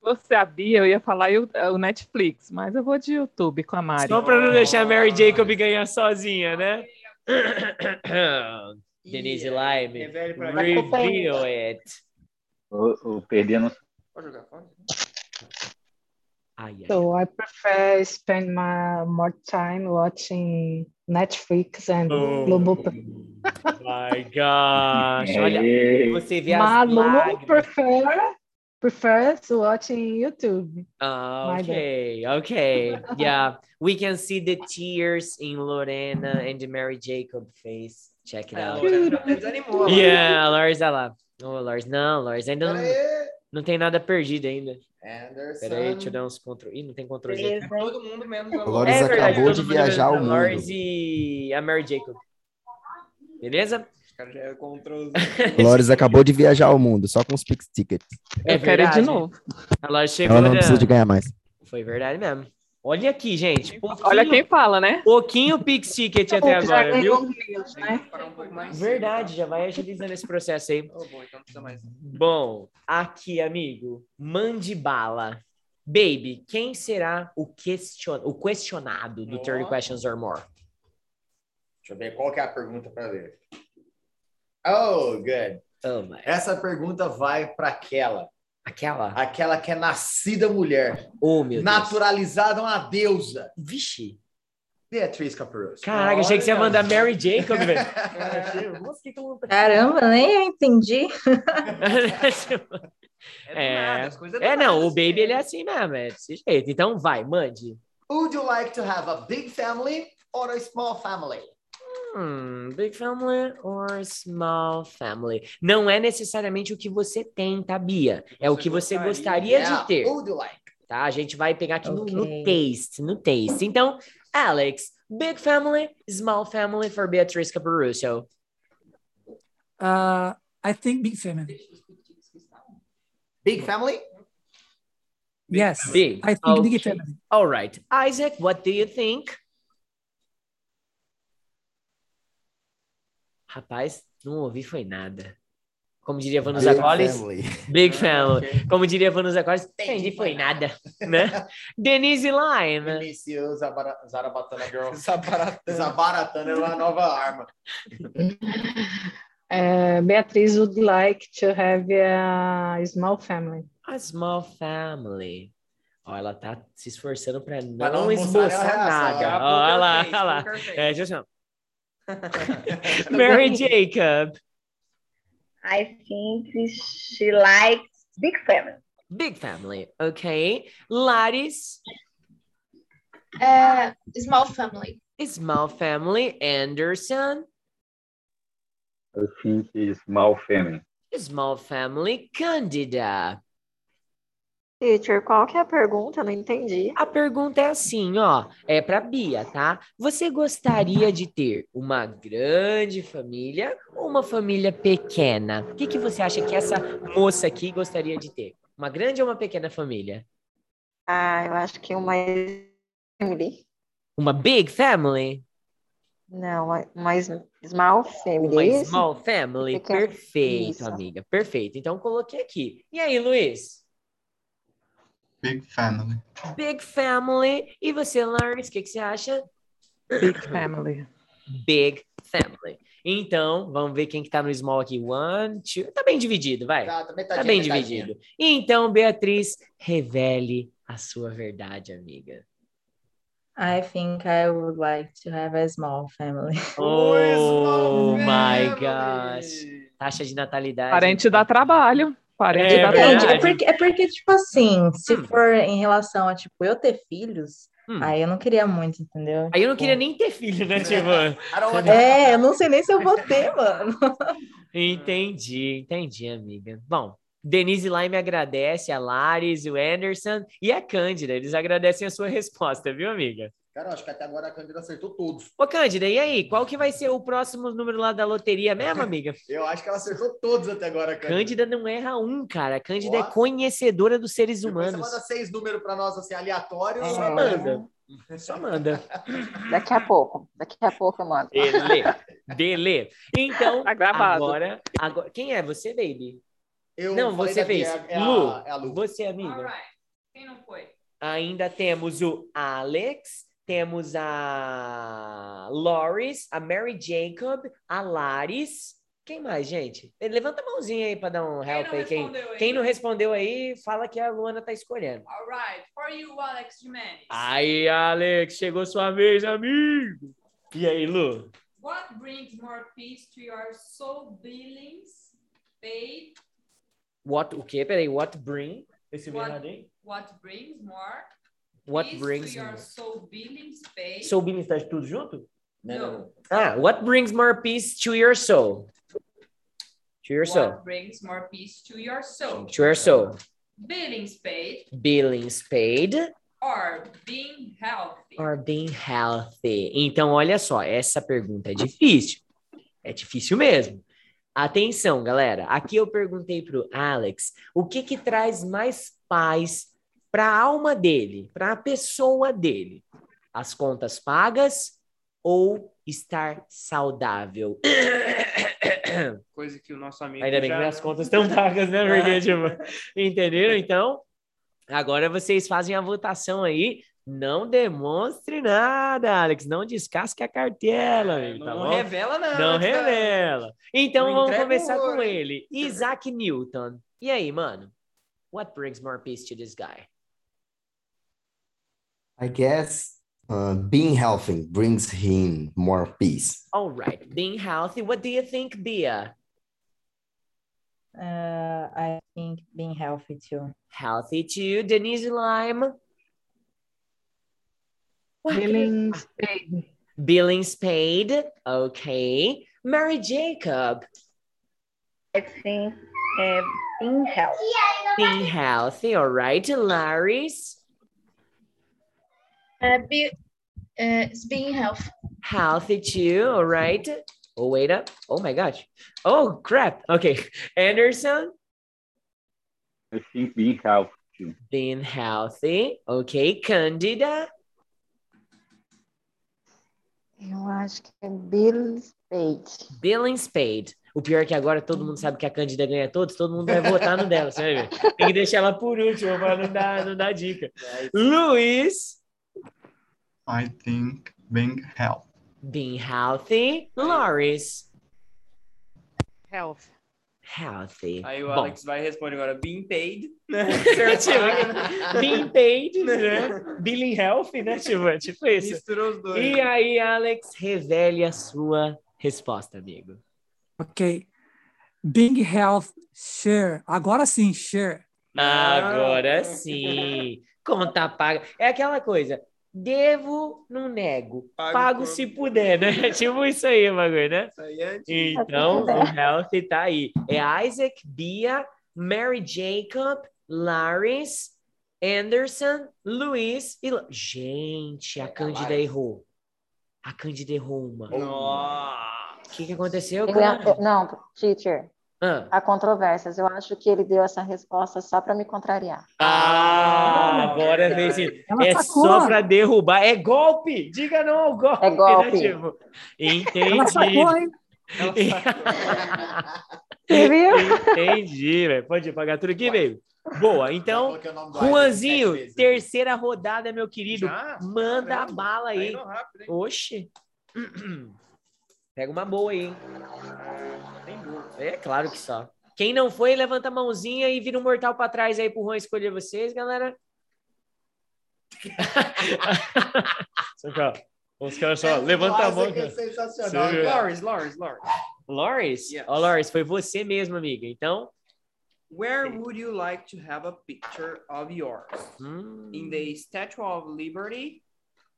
N: Eu sabia, eu ia falar o, é, o Netflix, mas eu vou de YouTube com a Mari.
A: Só pra não deixar a Mary Jacob ganhar sozinha, né?
C: Ih,
A: Denise
C: é-
A: Lime.
C: é velho pra-
A: Reveal it.
J: Eu, eu perdi, eu não
C: Pode jogar, pode.
A: Ai, ai,
H: So I prefer spend my more time watching Netflix and
A: Oh.
H: Globo.
A: My gosh, olha,
J: Ei.
A: você vê as lágrimas.
H: Malu prefer prefers watching YouTube.
A: Ah,
H: My bad.
A: okay, okay. Yeah, we can see the tears in Lorena and the Mary Jacob face. Check it
C: É,
A: out.
C: Lorena até desanimou. lá.
A: Yeah, a Loris tá lá. Ô, Loris, não, Loris, ainda não, não tem nada perdido ainda.
B: Anderson.
A: Pera aí, deixa eu dar uns controles. Ih, não tem controle.
C: É todo mundo menos a
O: A Loris
A: É verdade,
O: acabou
A: todo
O: de
A: mundo
O: viajar
A: menos
O: o
A: a Loris
O: mundo.
A: e a Mary Jacob. Beleza?
C: Os caras já é contra os-
O: A Loris acabou de viajar o mundo, só com os Pix Tickets.
A: É
N: Eu quero ir de
A: verdade.
N: novo.
A: A Loris chegou.
O: Ela não
A: né?
O: precisa de ganhar mais.
A: Foi verdade mesmo. Olha aqui, gente.
N: Olha quem fala, né?
A: Pouquinho Pix Ticket até agora, viu?
C: Parar um pouco mais.
A: Verdade, já vai agilizando esse processo aí.
C: Ô, bom, então não precisa mais.
A: Bom, aqui, amigo, mande bala. Baby, quem será o, question... o questionado do 30
B: Ó.
A: Questions or More?
B: Deixa eu ver qual que é a pergunta para ler. Oh, good.
A: Oh, my.
B: Essa pergunta vai para aquela,
A: Aquela?
B: aquela que é nascida mulher,
A: Oh, meu Deus.
B: naturalizada uma deusa,
A: Vixe.
B: Beatriz Caparoso.
A: Caraca, achei que você ia mandar Mary Jacob, velho.
G: Caramba, nem eu entendi.
C: É, do
A: É.
C: nada, as coisas do
A: É,
C: nada,
A: não, o
C: assim.
A: Baby ele é assim mesmo, é desse jeito. Então vai, mande.
B: Would you like to have a big family or a small family?
A: Hum, big family or small family? Não é necessariamente o que você tem, tá, Bia? É o que você gostaria de ter.
B: Would you like?
A: tá? A gente vai pegar aqui no- no,
G: Ok.
A: taste, no taste. Então, Alex, big family, small family for Beatriz Caparuso.
F: Uh, I think big family.
B: Big family?
F: Yes,
A: Big.
F: I think big
A: Okay.
F: family.
A: All right. Isaac, what do you think? Rapaz, não ouvi foi nada. Como diria Vanusa
O: Big
A: Collins,
O: family.
A: big family.
C: ok.
A: Como diria Vanusa Collins, entendi
B: Entendi,
A: foi
B: foi
A: nada, né? Denise Lime,
B: Vinicius Zabara- Zarabatana Girl.
C: Zabaratana.
B: Zabaratana é uma nova arma.
H: Uh, Beatriz would like to have a small family.
A: a small family. Ó, ela tá se esforçando para
B: Pra
A: não,
B: não mostrar
A: esboçar
B: a reação,
A: nada.
B: né?
A: Ó,
C: Ah,
A: Olha
C: poker
A: lá,
C: face,
A: olha lá.
C: poker face.
A: É, Jusão. Mary Jacob,
K: I think she likes big family.
A: big family, ok? Laris,
I: É, small family.
A: small family. Anderson,
J: I think it's small family.
A: small family. Cândida.
L: Teacher, qual que é a pergunta? Não entendi.
A: A pergunta é assim, ó, é para Bia, tá? Você gostaria de ter uma grande família ou uma família pequena? O que, que você acha que essa moça aqui gostaria de ter? Uma grande ou uma pequena família?
L: Ah, eu acho que uma family.
A: Uma big family?
L: Não, uma- uma s- small family.
A: Uma
L: isso?
A: small family?
L: Pequena.
A: Perfeito,
L: Isso.
A: amiga, perfeito. Então coloquei aqui. E aí, Luiz?
M: Big family.
A: Big family. E você, Lawrence, o que, que você acha?
H: Big family.
A: Big family. Então, vamos ver quem que tá no small aqui. One, two. Tá bem dividido, vai.
B: Tá, também
A: Tá bem dividido. Então, Beatriz, revele a sua verdade, amiga.
G: I think I would like to have a small family.
A: Oh my gosh. Taxa de natalidade.
N: Parente dá trabalho. Parente
A: É
N: dá
G: Depende, é
A: verdade.
N: trabalho.
G: porque, é porque, tipo assim, se
A: Hum.
G: for em relação a, tipo, eu ter filhos,
A: Hum.
G: aí eu não queria muito, entendeu?
A: Aí eu não queria nem ter filho, né, Tivan?
B: um
G: É, eu não sei nem se eu vou ter, mano.
A: Entendi, entendi, amiga. Bom, Denise Lime agradece, a Laris, o Anderson e a Cândida. Eles agradecem a sua resposta, viu, amiga?
B: Cara, eu acho que até agora a Cândida acertou todos.
A: Ô, Cândida, e aí? Qual que vai ser o próximo número lá da loteria mesmo, amiga?
B: Eu acho que ela acertou todos até agora, Cândida.
A: Cândida não erra um, cara. Cândida
B: Ó.
A: é conhecedora dos seres
B: Depois
A: humanos.
B: Você manda seis números pra nós, assim, aleatórios.
A: Só Ah, manda. Só manda.
L: Daqui a pouco. Daqui a pouco eu mando.
A: Dele. Dele. Então,
N: Tá gravado.
A: agora, agora. Quem é você, baby?
B: Eu
A: Não,
B: falei
A: você
B: da
A: fez.
B: Bia- É, a-
A: Lu,
B: é a Lu.
A: Você, amiga.
E: Alright. Quem não foi?
A: Ainda temos o Alex, temos a Loris, a Mary Jacob, a Laris Quem mais, gente? Eh, Levanta a mãozinha aí pra dar um help
E: não
A: aí. Quem,
E: respondeu aí?
A: quem não respondeu aí, fala que a Luana tá escolhendo.
E: Alright, for you, Alex Jimenez.
A: Aí, é. Alex, chegou sua vez, amigo. E aí, Lu?
E: What brings more peace to your soul, billings, faith?
A: What, o quê? Peraí, what bring? Esse
E: What, what brings more
A: What
E: peace
A: brings
E: to your
A: more?
E: soul, billings, faith?
A: Soul Beans tá tudo junto?
E: Não, não, não.
A: Ah, what brings more peace to your soul? To your soul.
E: What brings more peace to your soul?
A: To your soul.
E: Billings paid
A: Billings paid
E: or being healthy?
A: or being healthy? Então, olha só, essa pergunta é difícil. É difícil mesmo. Atenção, galera. Aqui eu perguntei pro Alex o que que traz mais paz para a alma dele, para a pessoa dele. As contas pagas ou estar saudável?
C: Coisa que o nosso amigo.
A: Ainda bem que
C: já- É.
A: minhas contas estão pagas, né? Porque, tipo, entenderam? Então, agora vocês fazem a votação aí. Não demonstre nada, Alex. Não descasque a cartela, amigo, tá
C: É, Não
A: bom?
C: revela nada,
A: Não
C: cara.
A: revela. Então,
C: Não
A: vamos
C: entrega o
A: começar
C: ouro,
A: com
C: hein?
A: ele. Isaac Newton. E aí, mano? What brings more peace to this guy?
O: I guess uh, being healthy brings him more peace.
A: All right. Being healthy. What do you think, Bia?
G: Uh, I think being healthy too.
A: Healthy too. Denise Lime.
H: Billings paid.
A: Billings paid. Okay. Mary Jacob.
K: I think uh, being healthy.
A: Being healthy, all right, Larry's
I: É, be, é, it's being health.
A: healthy too, all right. Oh, wait up. Oh my gosh. Oh crap. Okay. Anderson
J: I think being healthy too.
A: being healthy. Okay. Candida.
L: Eu acho que é Bill Page.
A: Billings paid. O pior é que agora todo mundo sabe que a Candida ganha todos, todo mundo vai votar no dela, você vai ver. Tem que deixar ela por último para não dar, não dar dica. Luiz,
M: I think being healthy.
A: being healthy. Loris,
C: Health.
A: healthy.
C: Aí o
A: Bom.
C: Alex vai responder agora, né? being paid.
A: Certinho. Being paid, Tipo, né? Billing healthy, né, Chivan? Tipo isso.
C: Misturou os dois.
A: E aí, Alex, revele a sua resposta, amigo.
F: Ok. Big Health Share. Agora sim, Share.
C: Ah.
A: Agora sim. Conta paga. É aquela coisa. Devo, não nego. Pago, se puder, né? Tipo isso aí, o bagulho, né? Então, o healthy tá aí. É Isaac, Bia, Mary Jacob, Laris, Anderson, Luiz e... Lu- Gente,
C: Tá
A: a Cândida
L: Laris.
A: errou. A Cândida errou uma.
C: Nossa.
A: O que, que aconteceu,
L: Ele é-
A: cara?
L: eu- não, teacher.
A: Ah.
L: Há controvérsias. Eu acho que ele deu essa resposta só para me contrariar.
A: Ah, agora vem sim. É só pra derrubar. É golpe! Diga não ao golpe. É
L: golpe.
A: Entendi. É
L: Ela sacou,
F: hein?
A: Entendi, velho. Pode pagar tudo aqui, baby. Boa, então,
B: Coloquei o nome do
C: né?
A: Juanzinho, terceira rodada, meu querido. Manda a bala
C: Tá
A: aí.
C: indo rápido, hein?
A: Oxi. Pega uma boa aí, hein?
C: Tem dúvida.
A: É claro que só. Quem não foi, levanta a mãozinha e vira um mortal pra trás aí pro Juan escolher vocês, galera. Só que, ó, Os caras só, levanta a mão.
B: Isaac é
A: cara.
B: sensacional,
A: Você viu?
B: cara.
C: Loris, Loris, Loris.
A: Loris?
C: Yes.
A: Ó, Loris, Oh, foi você mesmo, amiga. Então,
C: Where would you like to have a picture of yours? In the Statue of Liberty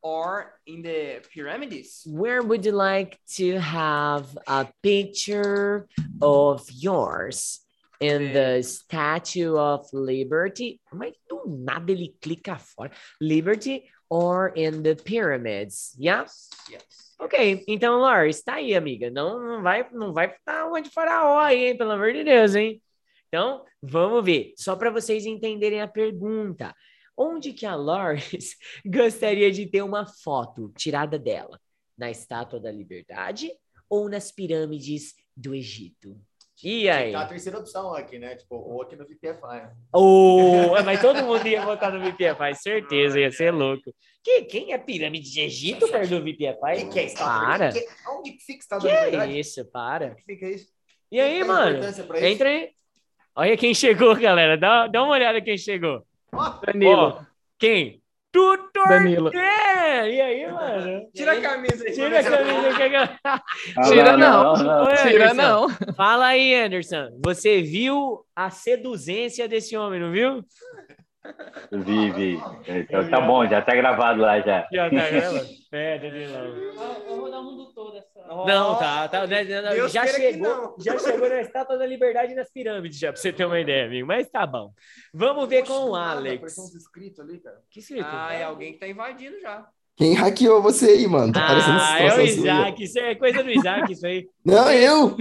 C: or in the pyramids?
A: where would you like to have a picture of yours? In the Statue of Liberty? Mas do nada ele clica fora. Liberty or in the pyramids? Yeah?
C: Yes.
A: Ok, então, Loris, tá aí, amiga. Não, não vai não vai ficar uma de faraó aí, hein? Pelo amor de Deus, hein? Então, vamos ver. Só para vocês entenderem a pergunta. Onde que a Loris gostaria de ter uma foto tirada dela? Na Estátua da Liberdade ou nas pirâmides do Egito? E aí?
B: Tá a terceira opção aqui, né? Tipo, ou aqui no VPFI.
A: Oh, mas todo mundo ia votar no VPFI, certeza, ia ser louco. Que, quem é pirâmide de Egito perto do VPFI?
B: Que que é Estátua da
C: tá
A: para.
B: Liberdade? Que- Onde que fica a
A: Que
B: Estátua da
A: é
B: Liberdade?
A: isso, para.
B: Onde fica isso?
A: E aí,
B: Tem
A: mano?
B: importância pra isso?
A: Entra aí. Olha quem chegou, galera. Dá, dá uma olhada quem chegou.
N: Danilo.
A: Ó, quem? Tutor
N: Danilo.
A: É, e aí, mano?
C: Tira a camisa aí.
A: Tira a camisa que a galera-
N: Tira não.
A: Ô,
N: Tira
A: Anderson,
N: não.
A: Fala aí, Anderson. Você viu a seduzência desse homem, não viu?
J: Vi, vi. Então, tá bom, já tá gravado lá já.
A: Já tá gravado? É, Danilão.
E: Eu vou dar um do todo essa.
A: Não, tá, tá. né, né,
C: Deus
A: já,
C: queira que
A: chegou,
C: não.
A: já chegou na Estátua da Liberdade e nas pirâmides, já, pra você ter uma ideia, amigo. Mas tá bom. Vamos ver com o Alex.
C: escrito ali, cara.
A: Que escrito?
C: Ah, é alguém que tá invadindo já.
O: Quem hackeou você aí, mano? Tá parecendo
A: Ah, é o
O: situação
A: Isaac. Isso é coisa do Isaac, isso aí.
O: Não, é eu!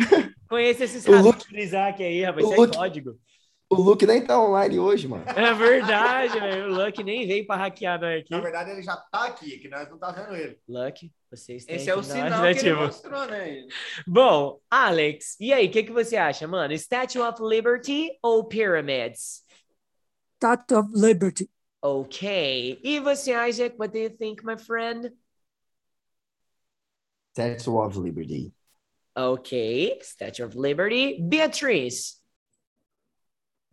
A: Conheço esses
O: O Luke-
A: casos do Isaac aí, rapaz.
O: O
A: Isso é
O: Luke-
A: código.
O: O Luke nem tá online hoje, mano.
A: É verdade, velho. O Luck nem veio pra hackear nós aqui.
B: Na verdade, ele já tá aqui, que nós não tá vendo ele.
A: Luck, vocês têm
C: Esse é o
A: que dar
C: sinal que ele
A: ativo.
C: mostrou, né?
A: Bom, Alex, e aí, o que, que você acha, mano? Statue of Liberty ou Pyramids?
F: Statue of Liberty.
A: Ok. E você, Isaac, what do you think, my friend?
O: Statue of Liberty.
A: Ok, Statue of Liberty. Beatriz.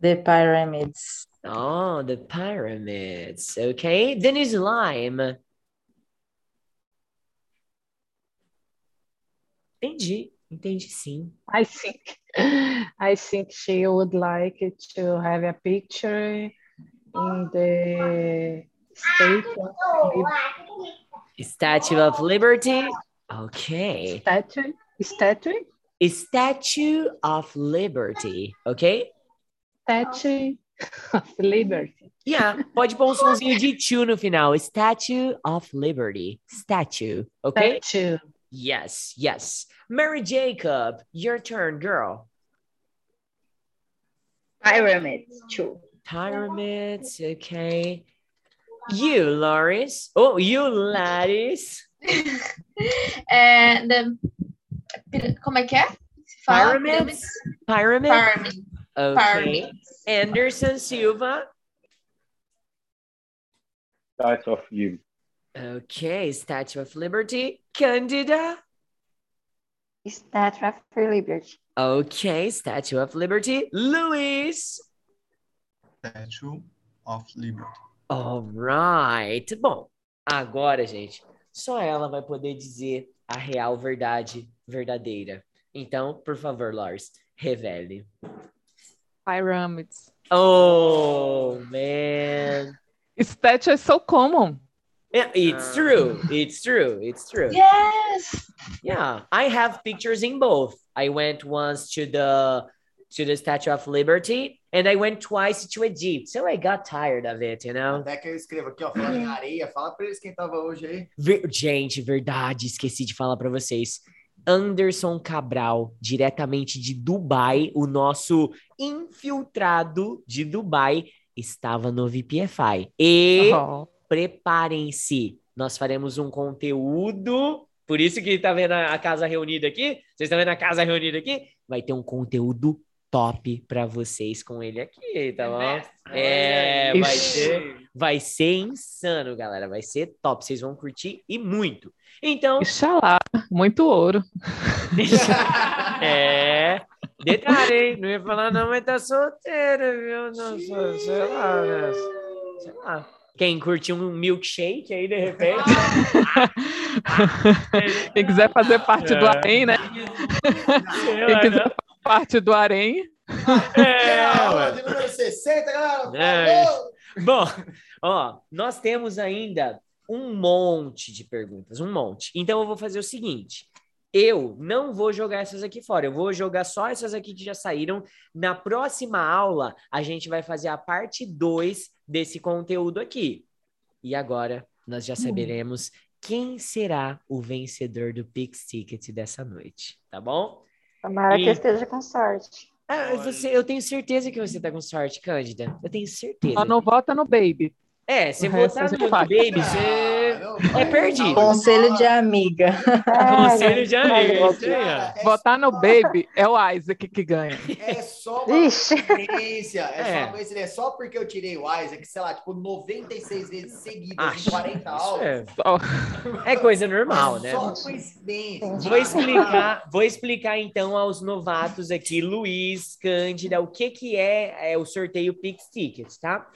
G: The pyramids.
A: Oh, the pyramids. Ok. Denise Lime. Entendi, entendi sim.
H: I think I think she would like to have a picture in the state of
A: Statue of Liberty. Ok.
H: statue statue
A: Statue of Liberty. Ok?
H: statue of liberty.
A: Yeah, pode pôr um somzinho de tio no final. Statue of Liberty. Statue, ok?
H: Statue.
A: Yes, yes. Mary Jacob, your turn, girl.
K: Pyramids too.
A: Pyramids, okay. You, Loris. Oh, you, Laris.
I: É, the- pir- como é que é? Se fala?
A: Pyramids? Pyramid.
I: Pyramids.
A: Okay. Anderson Silva.
J: Start of you.
A: Okay, Statue of Liberty. Candida.
L: Statue of Liberty.
A: Okay, Statue of Liberty. Luis.
M: Statue of Liberty.
A: All right. Bom, agora, gente, só ela vai poder dizer a real verdade verdadeira. Então, por favor, Lars, revele.
N: Pyramids.
A: Oh, man.
N: Statue is so common.
A: Yeah, It's true. It's true. It's true.
I: Yes!
A: Yeah, I have pictures in both. I went once to the to the Statue of Liberty and I went twice to Egypt. So I got tired of it, you know.
B: Até que eu escrevo aqui, ó, falando em areia. Fala pra eles quem tava hoje aí.
A: Ver- Gente, verdade, esqueci de falar pra vocês. Anderson Cabral, diretamente de Dubai, o nosso infiltrado de Dubai, estava no VPFI. E
N: Oh.
A: preparem-se, nós faremos um conteúdo. Por isso que tá vendo a a casa reunida aqui? Vocês estão vendo a casa reunida aqui? Vai ter um conteúdo top pra vocês com ele aqui, tá bom? É,
N: Olha aí.
A: vai
N: Ixi.
A: ser. Vai ser insano, galera. Vai ser top. Vocês vão curtir e muito. Então,
N: Inxalá. Muito ouro.
A: é. Detalhe, hein? Não ia falar, não, mas tá solteira, viu? Nossa, sei lá, né? Sei lá. Quem curtiu um milkshake aí, de repente.
N: Quem quiser fazer parte do
A: É.
N: harém, né?
A: sei
N: Quem
A: lá,
N: quiser
A: né?
N: fazer parte do harém,
A: É,
B: aula
A: ué.
B: de número 60, galera.
A: É.
B: Falou!
A: Bom, ó, nós temos ainda um monte de perguntas, um monte. Então eu vou fazer o seguinte: eu não vou jogar essas aqui fora, eu vou jogar só essas aqui que já saíram. Na próxima aula, a gente vai fazer a parte 2 desse conteúdo aqui. E agora nós já saberemos quem será o vencedor do Pix Ticket dessa noite, tá bom?
L: Tomara que
A: E-
L: eu esteja com sorte.
A: Ah, você- eu tenho certeza que você tá com sorte, Cândida. Eu tenho certeza.
N: só não vota no baby.
A: É, você
G: O resto
A: votar
G: você
A: no Young
G: faz.
N: Ah,
A: Baby, você é perdido.
G: Conselho de amiga.
A: É, Conselho de amiga, isso aí, ó.
N: Votar no Baby é o Isaac que ganha.
B: É só uma coincidência. É, só uma coincidência. Só porque eu tirei o Isaac, sei lá, tipo, 96 vezes seguidas
A: Ah,
B: em 40
A: isso
B: aulas.
A: é, é coisa normal, né?
B: Só coincidência.
A: Vou explicar, vou explicar então aos novatos aqui, Luiz, Cândida, o que que é, é, o sorteio Pix Tickets, tá?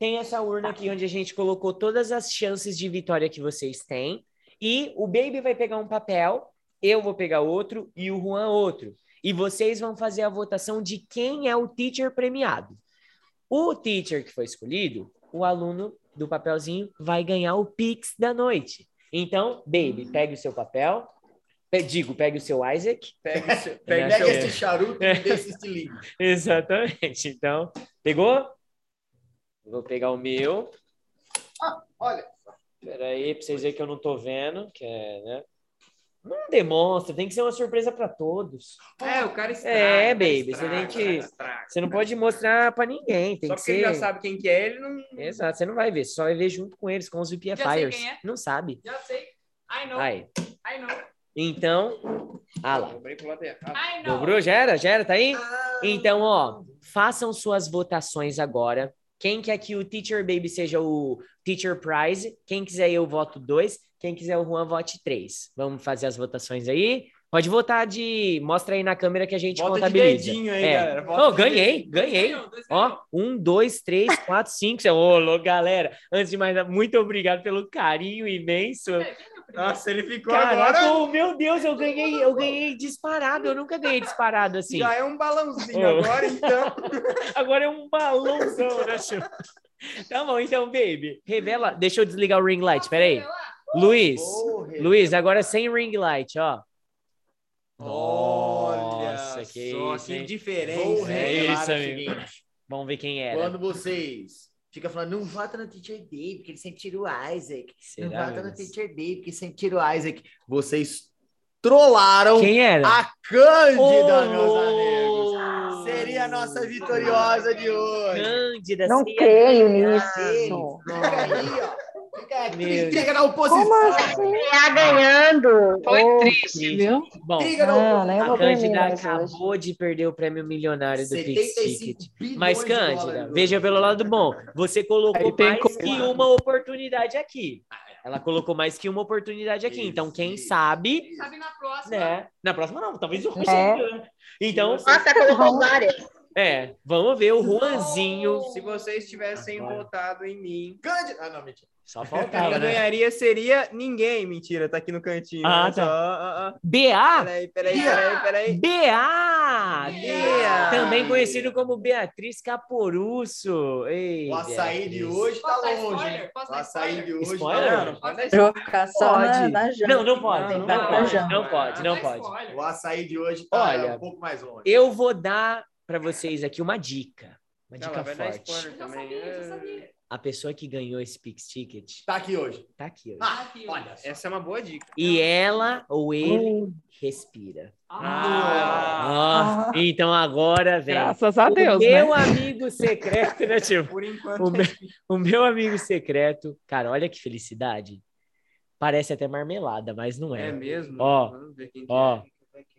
A: Tem essa urna aqui onde a gente colocou todas as chances de vitória que vocês têm e o Baby vai pegar um papel, eu vou pegar outro e o Juan outro. E vocês vão fazer a votação de quem é o teacher premiado. O teacher que foi escolhido, o aluno do papelzinho vai ganhar o Pix da noite. Então, baby, pegue o seu papel. Pe- Digo, pegue o seu Isaac.
C: Pega, o seu-
B: Pega
A: Né?
B: esse charuto e deixa esse livro.
A: Exatamente. Então, pegou? Vou pegar o meu.
B: Ah, olha.
A: Peraí, pra vocês verem que eu não tô vendo. Que é, né? Não demonstra, tem que ser uma surpresa para todos.
C: É, o cara estraga.
A: É,
C: o cara
A: baby, você
C: estraga,
A: tem
C: o cara
A: que.
C: estraga.
A: Você não pode mostrar para ninguém. Tem
C: Só
A: que
C: porque
A: ser.
C: ele já sabe quem que é, ele não...
A: Exato, você não vai ver, você só vai ver junto com eles, com os
E: Já sei
A: VPFires.
E: quem é.
A: Não sabe.
E: Já sei. I know.
A: Aí.
E: I know.
A: Então, ah lá.
C: Dobrei pro lado errado.
E: I know. Ah.
A: Dobrou? Já era? Já era? Tá aí? Então, ó, façam suas votações agora. Quem quer que o Teacher Baby seja o Teacher Prize? Quem quiser eu voto dois. Quem quiser o Juan, vote três. Vamos fazer as votações aí. Pode votar de. Mostra aí na câmera que a gente
C: Vota de
A: contabiliza.
C: dedinho aí,
A: É.
C: galera. Vota
A: Ô,
C: de
A: ganhei,
C: dedinho.
A: ganhei. Ó, um, dois, três, quatro, cinco. seis. Ô, louco, galera. Antes de mais nada, muito obrigado pelo carinho imenso.
E: É,
C: Nossa, ele ficou
A: Caraca,
C: agora...
A: ô, meu Deus, eu ganhei, eu ganhei disparado. Eu nunca ganhei disparado assim.
C: Já é um balãozinho
A: Ô.
C: agora, então.
A: Agora é um balãozão, né, Chu? Tá bom, então, baby. Revela. Deixa eu desligar o ring light, peraí. Luiz, Luiz, agora sem ring light, ó. Nossa, que
B: só,
A: isso,
B: que
A: hein?
B: diferença.
A: É
B: Revelar
A: isso,
B: o
A: amigo.
B: seguinte.
A: Vamos ver quem era.
B: Quando vocês ficam falando, não vota no Teacher Baby, porque ele sempre tira o Isaac. não
A: Será
B: vota no
A: mesmo?
B: Teacher Baby, porque sempre tira o Isaac. Vocês trollaram
A: Quem era?
B: a Cândida,
A: Ô,
B: meus amigos. Seria a nossa vitoriosa de hoje.
A: Cândida,
B: Não
A: seria
B: creio
A: ganhando.
B: Fica aqui, Fica
A: Meu Deus.
G: assim?
B: na oposição.
E: assim?
K: Tá ganhando.
A: Foi
I: Oh.
K: Ô,
A: triste, viu? Bom,
B: Briga na Não, nem
A: a
B: vou dormir
A: Cândida
B: mais
A: acabou de perder o prêmio milionário do Pix
B: 75
A: Ticket.
B: bilhões
A: Mas,
B: de
A: Cândida,
B: dólares.
A: veja pelo lado bom. Você colocou
N: Aí tem
A: mais
N: coisa.
A: que uma oportunidade aqui. Ela colocou mais que uma oportunidade aqui. Então, quem sabe,
E: Sabe na próxima.
A: né? Na próxima não, talvez o
E: É.
A: Rogério. né? Então,
E: Nossa, colocou várias.
A: é, vamos ver o Juanzinho.
C: Se vocês tivessem
A: Agora.
C: votado em mim...
B: Cândida! Ah, não, mentira.
A: Só
C: Quem
A: faltava, né?
C: ganharia seria ninguém. Mentira, tá aqui no cantinho.
A: Ah,
C: olha
A: tá.
C: só, ah, ah.
A: BA?
C: Peraí, peraí, peraí, peraí.
A: BA!
C: Bia!
A: Também conhecido como Beatriz Caporusso. Ei,
B: O açaí de
A: Beatriz.
B: hoje tá
E: Posso dar
B: longe.
E: spoiler?
B: né?
E: Posso
B: O
E: dar
B: açaí de hoje tá
A: Spoiler?
B: longe.
G: Trocar só na,
A: Pode.
G: na janta.
A: Não, não pode.
G: Tem
A: Não,
G: que dar pra
A: pode,
G: janta.
A: não pode, não pode.
B: O açaí de hoje tá
A: Olha,
B: um pouco mais longe.
A: Eu vou dar pra vocês aqui uma dica. Uma
C: Não,
A: dica
C: ela vai dar
A: forte.
C: spoiler também.
B: né?
C: É.
A: A pessoa que ganhou esse Pix Ticket
B: Tá aqui hoje.
A: tá aqui. hoje.
B: Ah, olha só.
C: Essa é uma boa dica.
A: E ela ou ele
N: Hum.
A: respira.
C: Ah,
A: Ah, então agora vem.
N: Graças a
A: o
N: Deus, né?
A: Meu amigo secreto, né, tio?
C: Por enquanto. é
A: O meu, o meu amigo secreto, cara, olha que felicidade. Parece até marmelada, mas não é.
C: É mesmo?
A: Ó,
C: Vamos ver quem que
A: ó,
C: é.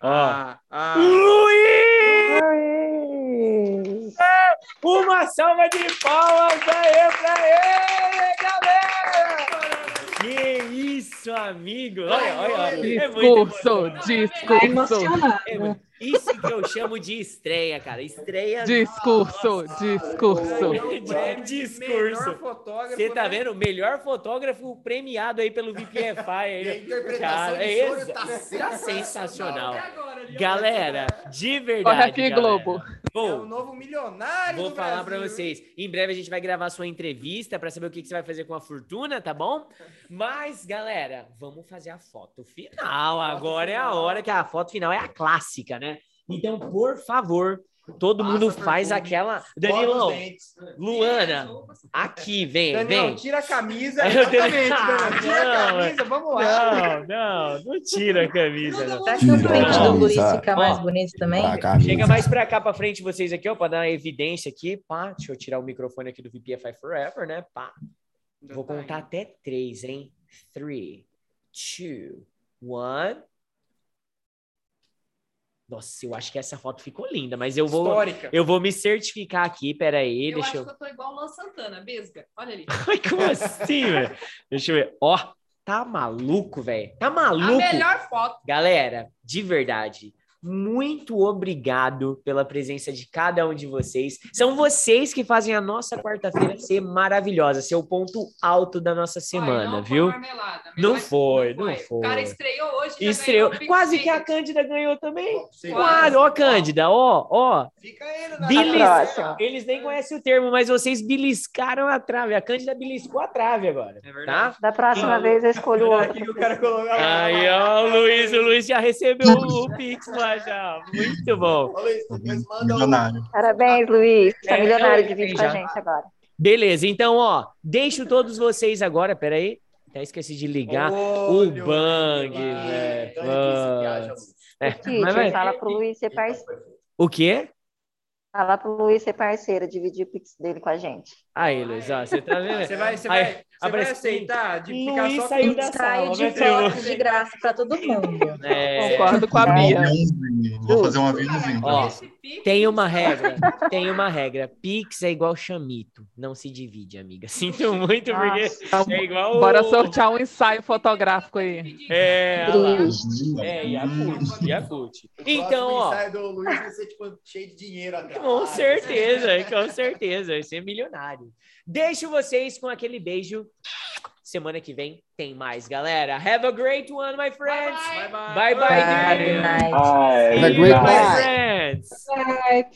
A: ó.
C: Ah, ah.
A: Luiz!
C: É,
A: Uma salva de palmas aí pra ele, galera! Que isso, amigo! Olha, olha, olha. É muito
N: Discurso,
A: Tá
N: discurso,
A: emocionado. Isso que eu chamo de estreia, cara. Estreia
N: discurso, discurso.
A: é discurso.
C: Melhor fotógrafo.
A: Você tá
C: né?
A: vendo? O melhor fotógrafo premiado aí pelo VPFI.
B: E a
A: Aí.
B: interpretação
A: Cara,
B: de
A: é
B: Sônia
A: exa-
B: tá
A: tá
B: sensacional.
A: sensacional.
E: Até agora, ali, ó.
A: Galera, de verdade.
N: Corre aqui,
A: galera.
N: Globo.
C: É o
E: um
A: Vou,
C: novo milionário
A: vou
C: do
A: falar pra
C: Brasil.
A: vocês. Em breve a gente vai gravar sua entrevista pra saber o que, que você vai fazer com a fortuna, tá bom? Mas, galera, vamos fazer a foto final. Agora é a hora que a foto final é a clássica, né? Então, por favor, todo
B: Passa
A: mundo faz
B: perfume,
A: aquela.
B: Bota os
A: Danilão,
B: dentes.
A: Luana, aqui, vem,
C: Daniel,
A: vem.
C: tira a camisa.
A: Ai, meu Deus.
C: Exatamente, Daniel. Tira a
A: Não,
C: camisa, vamos lá.
A: Não, não, não tira a camisa. não.
G: Tá Frente do Luiz
C: tá.
O: Camisa.
G: fica mais bonito também.
O: Tá, camisa.
A: Chega mais pra cá, pra frente vocês aqui, ó, pra dar uma evidência aqui. Pá, deixa eu tirar o microfone aqui do VPFI Forever, né? Pá. Vou contar até três, hein? Three, two, one. Nossa, eu acho que essa foto ficou linda, mas eu vou,
C: Histórica.
A: eu vou me certificar aqui. Peraí,
E: eu
A: deixa
E: acho
A: eu.
E: que eu tô igual o Luan Santana, besga. Olha ali.
A: Ai, como assim, velho? Deixa eu ver. Ó, tá maluco, velho? Tá maluco?
E: A melhor foto.
A: Galera, de verdade, muito obrigado pela presença de cada um de vocês. São vocês que fazem a nossa quarta-feira ser maravilhosa, ser o ponto alto da nossa semana, viu? Não foi, não foi.
E: O cara estreou hoje. já
A: Estreou.
E: ganhou o
A: Quase que a Cândida ganhou também.
E: sim.
A: Quase, ó, Cândida, ó, ó.
B: Fica aí,
A: Bilis... Eles nem conhecem o termo, mas vocês beliscaram a trave. A Cândida beliscou a trave agora. É verdade. Tá?
L: Da próxima vez eu escolho outro.
B: o cara colocou.
A: Aí, ó, o Luiz, o Luiz já recebeu o o Pix lá já. Muito bom.
M: Milionário.
L: Parabéns, Luiz. Tá
A: É,
L: milionário
A: eu
L: de vídeo com a
A: também já.
L: gente agora.
A: Beleza, então, ó, deixo todos vocês agora, peraí. Até esqueci de ligar o Bang, velho. Putz. né, É,
L: Tite,
A: mas, vai-
L: fala pro Luiz ser parceiro.
A: o quê?
L: Fala pro Luiz ser parceiro, dividir o pix dele com a gente.
A: Aí, Luiz, ó, você tá vendo?
C: Você vai, você
A: Aí,
C: vai, você vai
A: aparece-
C: aceitar de ficar
A: Luiz
C: só com-
A: saiu da sala, né, Trio?
G: de graça pra todo mundo.
A: É.
N: tipo. Concordo com a Bia.
M: Vou fazer um aviãozinho. pra
A: Ó,
M: você.
A: tem uma regra, tem uma regra. Pix é igual chamito, não se divide, amiga. Sinto muito porque é igual o-
N: Bora sortear um ensaio fotográfico aí.
A: É, olha lá.
L: Triste.
A: é Yakut, Yakut.
B: O próximo
A: Então, ó,
B: ensaio do Luiz vai ser tipo, cheio de dinheiro atrás.
A: Com certeza, é, com certeza. Vai ser milionário. Deixo vocês com aquele beijo. Semana que vem tem mais, galera. Have a great one, my friends. Bye bye.
G: Bye,
A: dear.
G: night.
J: Ai,
A: See you,
O: Have a great
A: my
O: night.
A: friends.
H: Bye.